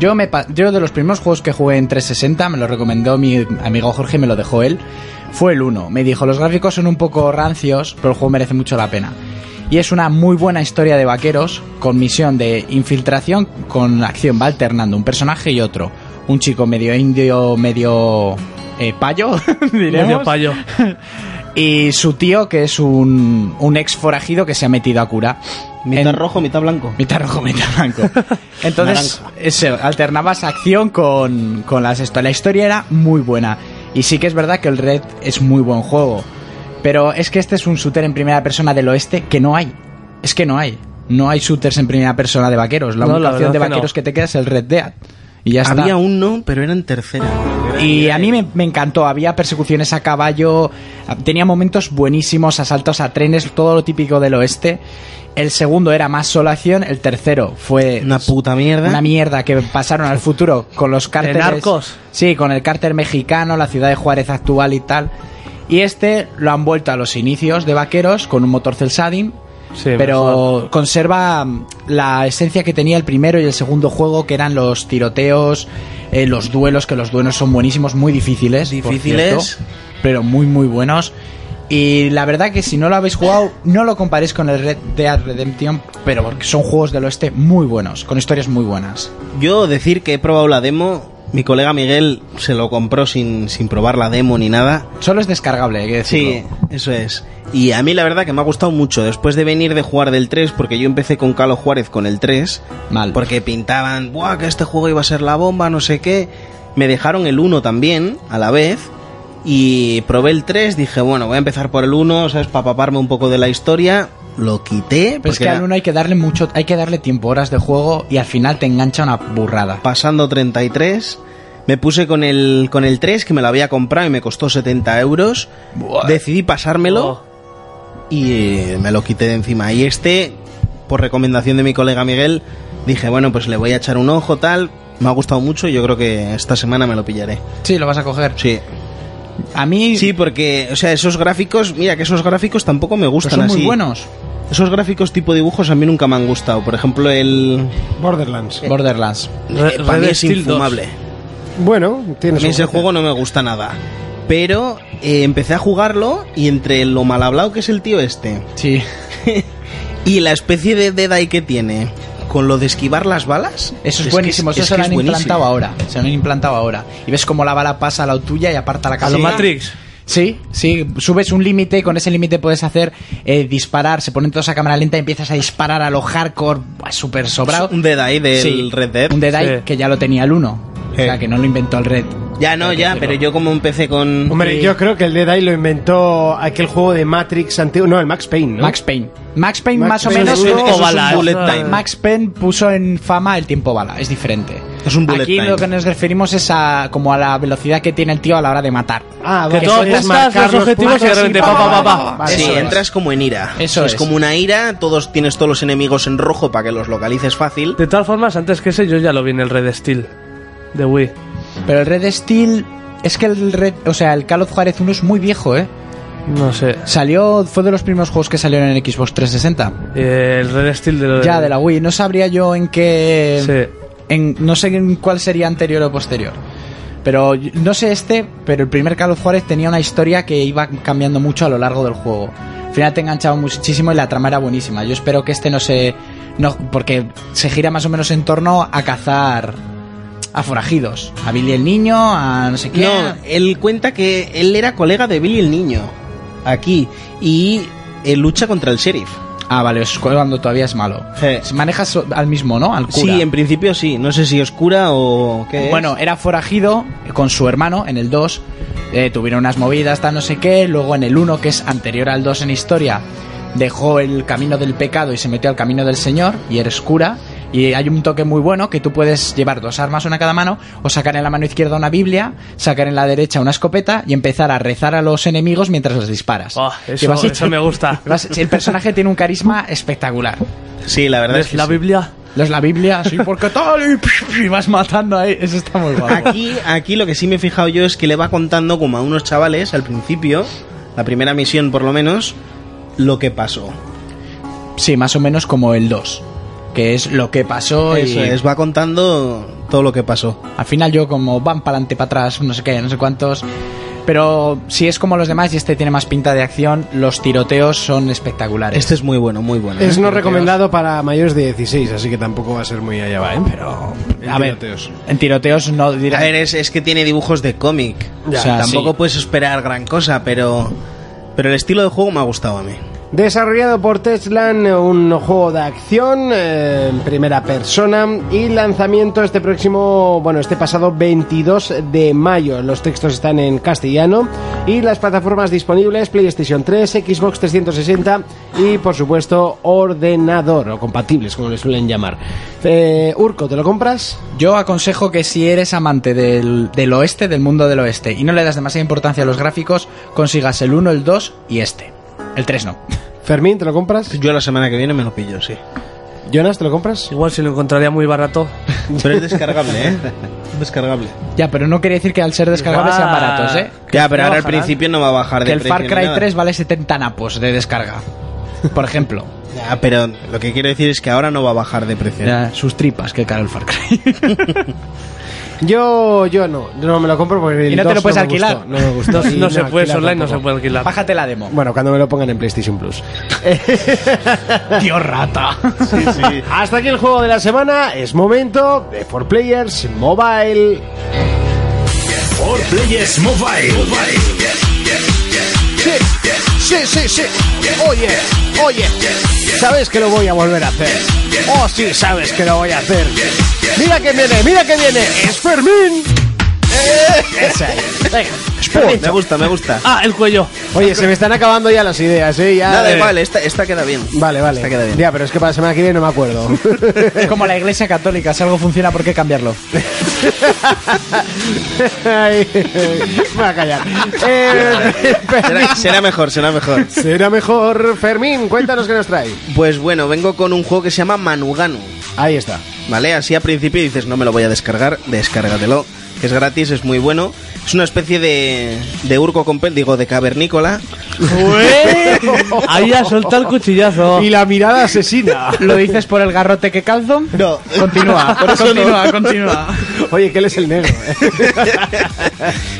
S4: Yo, me, pa- yo de los primeros juegos que jugué en 360, me lo recomendó mi amigo Jorge, me lo dejó él, fue el 1. Me dijo, los gráficos son un poco rancios, pero el juego merece mucho la pena. Y es una muy buena historia de vaqueros, con misión de infiltración, con acción, va alternando un personaje y otro. Un chico medio indio, medio eh, payo, [laughs] diremos.
S6: Medio payo.
S4: Y su tío, que es un, un ex forajido que se ha metido a cura.
S5: Mitad rojo, mitad blanco.
S4: Mitad rojo, mitad
S5: [laughs]
S4: blanco. Entonces, eso, alternabas acción con, con las esto. La historia era muy buena. Y sí que es verdad que el Red es muy buen juego. Pero es que este es un shooter en primera persona del oeste que no hay. Es que no hay. No hay shooters en primera persona de vaqueros. La
S5: No, la
S4: única opción
S5: verdad
S4: de
S5: que no.
S4: vaqueros que te queda es el Red Dead. Y ya está.
S5: Había uno, pero era en tercera.
S4: Y a mí me, me encantó, había persecuciones a caballo, tenía momentos buenísimos, asaltos a trenes, todo lo típico del oeste. El segundo era más solo acción, el tercero fue... Una
S5: puta mierda.
S4: Eh, Una mierda que pasaron al futuro con los cárteles...
S6: narcos?
S4: Sí, con el cárter mexicano, la ciudad de Juárez actual y tal. Y este lo han vuelto a los inicios de Vaqueros con un motor cel shading, pero conserva mm, la esencia que tenía el primero y el segundo juego, que eran los tiroteos, eh, los duelos, que los duelos son buenísimos, muy difíciles. por
S5: Difíciles.
S4: cierto, pero muy, muy buenos. Y la verdad que si no lo habéis jugado, no lo comparéis con el Red Dead Redemption, pero porque son juegos del oeste muy buenos, con historias muy buenas.
S5: Yo decir que he probado la demo. Mi colega Miguel se lo compró sin, sin probar la demo ni nada.
S4: Solo es descargable, hay que decirlo.
S5: Sí, eso es. Y a mí la verdad que me ha gustado mucho. Después de venir de jugar del 3, porque yo empecé con Calo Juárez con el 3.
S4: Mal.
S5: Porque pintaban, ¡buah! Que este juego iba a ser la bomba, no sé qué. Me dejaron el 1 también, a la vez. Y probé el 3, dije, bueno, voy a empezar por el 1, ¿sabes? Para paparme un poco de la historia. Lo quité.
S4: Pero es
S5: porque
S4: que
S5: era-
S4: al uno hay que darle mucho, hay que darle tiempo, horas de juego y al final te engancha una burrada.
S5: pasando 33. Me puse con el, con el 3, que me lo había comprado y me costó 70 euros. Decidí pasármelo
S4: Oh.
S6: Oh.
S5: y eh, me lo quité de encima. Y este, por recomendación de mi colega Miguel, dije, bueno, pues le voy a echar un ojo, tal. Me ha gustado mucho y yo creo que esta semana me lo pillaré.
S4: Sí, lo vas a coger.
S5: Sí.
S4: A mí...
S5: Sí, porque, o sea, esos gráficos, mira que esos gráficos tampoco me gustan
S4: Pero son muy
S5: así.
S4: buenos.
S5: Esos gráficos tipo dibujos a mí nunca me han gustado. Por ejemplo, el...
S13: Borderlands.
S4: Eh,
S2: Eh,
S4: Borderlands.
S13: Re-
S5: para mí
S13: Red
S5: es
S13: Steel 2.
S5: infumable.
S13: Bueno,
S5: A
S13: tienes
S5: mí
S13: un
S5: ese juego no me gusta nada. Pero eh, empecé a jugarlo y entre lo mal hablado que es el tío este.
S4: Sí.
S5: y la especie de Deadeye que tiene. Con lo de esquivar las balas.
S4: Eso es,
S5: que
S4: buenísimo, eso
S5: es
S4: se
S5: que
S4: lo
S5: es
S4: han
S5: buenísimo.
S4: implantado ahora. Se lo han implantado ahora. Y ves cómo la bala pasa a la tuya y aparta la
S6: A
S4: cabeza.
S6: lo Matrix.
S4: Sí, sí, subes un límite y con ese límite puedes hacer eh, disparar, se ponen todos a cámara lenta y empiezas a disparar a lo hardcore, buah, súper sobrado.
S5: Un Deadeye del
S4: Sí,
S5: Red Dead.
S4: Un Deadeye que ya lo tenía el 1. O sea, que no lo inventó el Red.
S5: Ya no, ya, pero yo como empecé con...
S13: Hombre, yo creo que el Dead Eye lo inventó aquel juego de Matrix antiguo. No, el Max Payne, ¿no?
S4: Max Payne. Max Payne
S13: Max
S4: más o
S13: Payne
S4: menos
S13: es un tiempo
S4: eso es un
S13: bala,
S4: bullet
S13: eso-
S4: time. Max Payne puso en fama el tiempo bala, es diferente.
S5: Es un bullet
S4: Aquí
S5: time.
S4: lo que nos referimos es a como a la velocidad que tiene el tío a la hora de matar.
S13: Ah,
S6: Que tú apuntas los objetivos y de repente pa, pa, pa, pa.
S5: Sí, entras como en ira.
S4: Eso
S5: es.
S4: es.
S5: como una ira, todos tienes todos los enemigos en rojo para que los localices fácil.
S6: De todas formas, antes que ese yo ya lo vi en el Red Steel de Wii.
S4: Pero el Red Steel es que el Red, o sea, el Call of Juárez 1 es muy viejo, ¿eh?
S6: No sé.
S4: Salió fue de los primeros juegos que salieron en Xbox 360.
S6: Eh, el Red Steel de
S4: Ya de la Wii, no sabría yo en qué
S6: Sí.
S4: en no sé en cuál sería anterior o posterior. Pero yo- no sé este, pero el primer Carlos Juárez tenía una historia que iba cambiando mucho a lo largo del juego. Al final te enganchaba muchísimo y la trama era buenísima. Yo espero que este no se no porque se gira más o menos en torno a cazar a forajidos, a Billy el niño, a no sé qué.
S5: No, él cuenta que él era colega de Billy el niño. Aquí. Y eh, lucha contra el sheriff.
S4: Ah, vale, es cuando todavía es malo. Si Manejas al mismo, ¿no? Al cura.
S5: Sí, en principio sí. No sé si oscura o qué. es.
S4: Bueno, era forajido con su hermano en el 2. eh, tuvieron unas movidas, tal, no sé qué. Luego en el 1, que es anterior al 2 en historia, dejó el camino del pecado y se metió al camino del Señor y eres cura. Y hay un toque muy bueno que tú puedes llevar dos armas, una a cada mano, o sacar en la mano izquierda una Biblia, sacar en la derecha una escopeta y empezar a rezar a los enemigos mientras les disparas.
S6: Oh,
S4: Que vas
S6: eso, eso me gusta.
S4: vas- el personaje tiene un carisma espectacular.
S5: sí, la verdad es que
S6: la
S5: sí.
S6: Biblia?
S4: Los la Biblia, sí, porque tal, y, y vas matando ahí. Eso está muy guapo.
S5: Aquí, aquí lo que sí me he fijado yo es que le va contando como a unos chavales al principio, la primera misión por lo menos, lo que pasó.
S4: Sí, más o menos como el 2, que es lo que pasó
S5: Eso
S4: y
S5: es, va contando todo lo que pasó.
S4: al final yo como van para adelante, para atrás, no sé qué, no sé cuántos. Pero si es como los demás y este tiene más pinta de acción, los tiroteos son espectaculares.
S5: Este es muy bueno, muy bueno.
S13: Es
S5: ¿eh?
S13: no
S5: Tiroteos.
S13: recomendado para mayores de 16, así que tampoco va a ser muy allá va, ¿eh? Pero...
S4: A ver, en tiroteos no
S5: A
S4: dirán...
S5: ver, es, es que tiene dibujos de cómic.
S4: Ya.
S5: O sea,
S4: Sí.
S5: tampoco puedes esperar gran cosa, pero. Pero el estilo de juego me ha gustado a mí.
S2: Desarrollado por Teslan, un juego de acción eh, en primera persona y lanzamiento este próximo, bueno, este pasado 22 de mayo. Los textos están en castellano y las plataformas disponibles PlayStation 3, Xbox 360 y por supuesto ordenador o compatibles como le suelen llamar. Eh, Urco, ¿te lo compras?
S4: Yo aconsejo que si eres amante del, del oeste, del mundo del oeste, y no le das demasiada importancia a los gráficos, consigas el 1, el 2 y este. El 3 no. [laughs]
S2: Fermín, ¿te lo compras?
S5: Yo la semana que viene me lo pillo, sí.
S2: Jonas, ¿te lo compras?
S6: Igual si lo encontraría muy barato.
S5: Pero es descargable, ¿eh? Descargable.
S4: Ya, pero no quiere decir que al ser descargables
S5: Ah.
S4: sean baratos, ¿eh?
S5: Ya, pero
S4: No
S5: ahora al
S4: bajarán.
S5: principio no va a bajar de
S4: Que el
S5: precio
S4: Far
S5: ni
S4: Cry
S5: nada.
S4: 3 vale 70 napos de [laughs] descarga. Por ejemplo.
S5: Ya, pero lo que quiero decir es que ahora no va a bajar de precio.
S4: sus tripas, que caro el Far Cry.
S2: Yo, yo no, yo no me lo compro porque el
S4: Y no te
S2: dos
S4: lo puedes
S2: me
S4: alquilar.
S2: gustó, no me gustó.
S6: [laughs] Pues No-
S2: Y
S6: no se puede,
S2: alquilar
S6: online no
S2: tampoco.
S6: se puede alquilar.
S4: Bájate la [laughs] demo.
S2: Bueno, cuando me lo pongan en PlayStation Plus.
S4: Tío rata.
S2: Hasta aquí el juego de la semana. Es momento de 4Players Mobile.
S1: For Players Mobile.
S2: Sí, sí, sí. Oye, oye. ¿Sabes que lo voy a volver a hacer? Oh, sí, sabes que lo voy a hacer. Mira que viene, mira que viene. Es Fermín. Esa Eh. es. Venga, Fermín.
S5: Me gusta, me gusta.
S6: Ah, el cuello.
S2: Oye, se me están acabando ya las ideas, ¿eh? Ya,
S5: Nada,
S2: eh,
S5: vale, esta, esta queda bien.
S2: Vale, vale.
S5: Esta queda bien.
S2: Ya, pero es que para la semana que viene no me [laughs] acuerdo.
S4: Es como la iglesia católica, si algo funciona, ¿por qué cambiarlo?
S2: Ay, [laughs] me voy a callar. Eh, Fermín.
S5: Será, será mejor, será mejor.
S2: Será mejor. Fermín, cuéntanos qué nos trae.
S5: Pues bueno, vengo con un juego que se llama Manuganu.
S2: Ahí está.
S5: ¿Vale? Así al principio dices, no me lo voy a descargar, descárgatelo. Que es gratis, es muy bueno. Es una especie de, de urco con pel, digo, de cavernícola.
S6: ¿eh? Ahí ha soltado el cuchillazo.
S2: Y la mirada asesina.
S4: Oh. [laughs]
S2: Ah,
S4: ¿Lo dices por el garrote que calzo? Ah,
S5: No.
S4: Continúa, continúa, continúa.
S2: Oye, que él es el negro. ¿eh?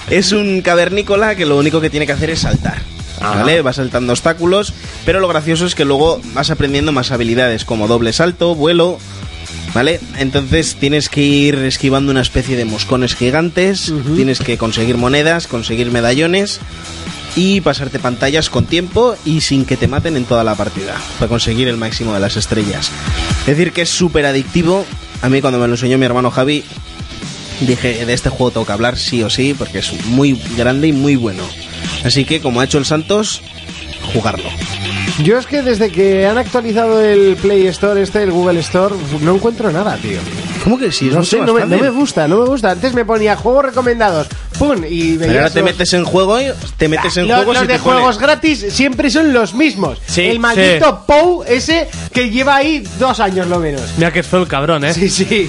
S5: Es un cavernícola que lo único que tiene que hacer es saltar. ¿Vale? Va saltando obstáculos, pero lo gracioso es que luego vas aprendiendo más habilidades como doble salto, vuelo, ¿vale? Entonces tienes que ir esquivando una especie de moscones gigantes, tienes que conseguir monedas, conseguir medallones y pasarte pantallas con tiempo y sin que te maten en toda la partida para conseguir el máximo de las estrellas. Es decir, que es súper adictivo. A mí cuando me lo enseñó mi hermano Javi, dije, de este juego tengo que hablar sí o sí, porque es muy grande y muy bueno. Así que, como ha hecho el Santos, jugarlo.
S2: Yo es que desde que han actualizado el Play Store este, el Google Store, no encuentro nada, tío.
S5: ¿Cómo que sí? Es
S2: No
S5: mucho
S2: sé,
S5: más
S2: no me, no
S5: fácil.
S2: me gusta, no me gusta. Antes me ponía juegos recomendados, pum, y
S5: Pero ahora
S2: veías
S5: te
S2: los-
S5: metes en juego y te metes en
S2: los,
S5: juegos
S2: los
S5: y
S2: de
S5: te pone-
S2: juegos gratis siempre son los mismos.
S6: Sí,
S2: el maldito Pou ese que lleva ahí dos años lo menos.
S6: Mira que fue el cabrón, ¿eh?
S2: Sí, sí.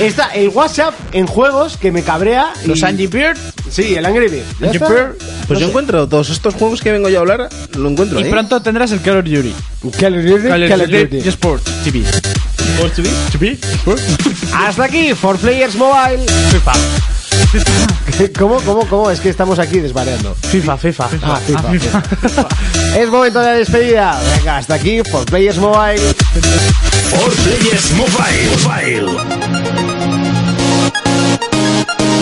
S2: Está el WhatsApp en juegos que me cabrea. y-
S4: Los Angie Bird.
S2: Sí, el Angry Bird. Ya está.
S5: Pues yo encuentro todos estos juegos que vengo yo a hablar, lo encuentro.
S4: Y
S5: ¿eh?
S4: pronto tendrás el Color Yuri.
S2: Call of Duty, Call of Duty.
S4: Sport TV.
S2: Hasta aquí, For Players Mobile. [laughs]
S6: FIFA.
S2: ¿Cómo, cómo, cómo? Es que estamos aquí desvariando.
S6: FIFA, FIFA.
S2: Ah, FIFA,
S6: [laughs]
S2: FIFA. Es momento de la despedida. Venga, hasta aquí, For Players Mobile.
S1: For Players Mobile. Mobile.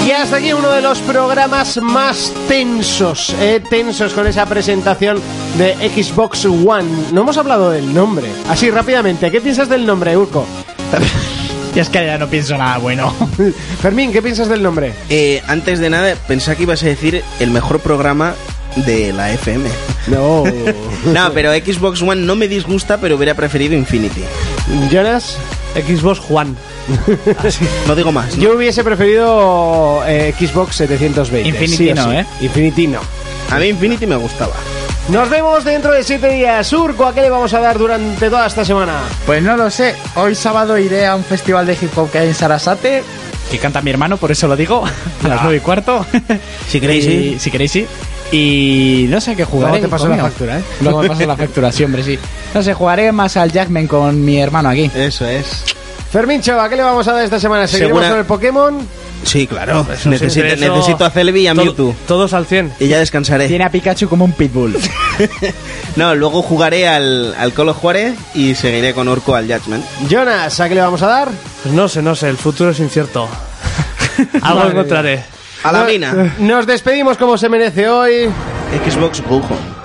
S2: Y hasta aquí uno de los programas más tensos, eh, tensos con esa presentación de Xbox One. No hemos hablado del nombre. Así rápidamente, ¿qué piensas del nombre, Urco? [laughs]
S4: Y es que ya no pienso nada bueno.
S2: Fermín, ¿qué piensas del nombre?
S5: Eh, antes de nada, pensaba que ibas a decir el mejor programa de la
S2: [laughs]
S5: FM.
S2: No.
S5: No, pero Xbox One no me disgusta, pero hubiera preferido Infinity.
S2: Jonas,
S6: Xbox Juan.
S5: No digo más. ¿no?
S2: yo hubiese preferido eh, Xbox 720.
S4: Infinity
S2: sí o
S4: no,
S2: sí.
S4: ¿eh?
S2: Infinity no.
S5: A mí Infinity me gustaba.
S2: Nos vemos dentro de 7 días. Urco, ¿a qué le vamos a dar durante toda esta semana?
S4: Pues no lo sé. Hoy sábado iré a un festival de hip hop que hay en Sarasate. Que canta mi hermano, por eso lo digo. A las nueve y cuarto.
S5: Si queréis
S4: Y-
S5: ir.
S4: Si queréis ir. Y no sé a qué jugaré.
S2: Luego te paso la
S4: coño.
S2: factura, ¿eh?
S4: Luego me paso la factura, sí, hombre, sí. No sé, jugaré más al Jackman con mi hermano aquí.
S5: Eso es.
S2: Fermincho, ¿a qué le vamos a dar esta semana? ¿Seguiremos
S5: Segura-
S2: con el Pokémon?
S5: Sí, claro. pues,
S6: Eso sí,
S5: necesito,
S6: eso-
S5: necesito a Celebi y a
S6: Todo-
S5: Mewtwo.
S6: Todos al 100.
S5: Y ya descansaré.
S4: Tiene a Pikachu como un pitbull.
S5: No, luego jugaré al, al Colo Juárez y seguiré con Urco al Judgment.
S2: Jonas, ¿a qué le vamos a dar?
S6: Pues no sé, no sé, el futuro es incierto. Algo
S2: Madre
S6: encontraré.
S5: A la mina.
S2: Nos despedimos como se merece hoy.
S6: eh.
S5: Xbox Go Home.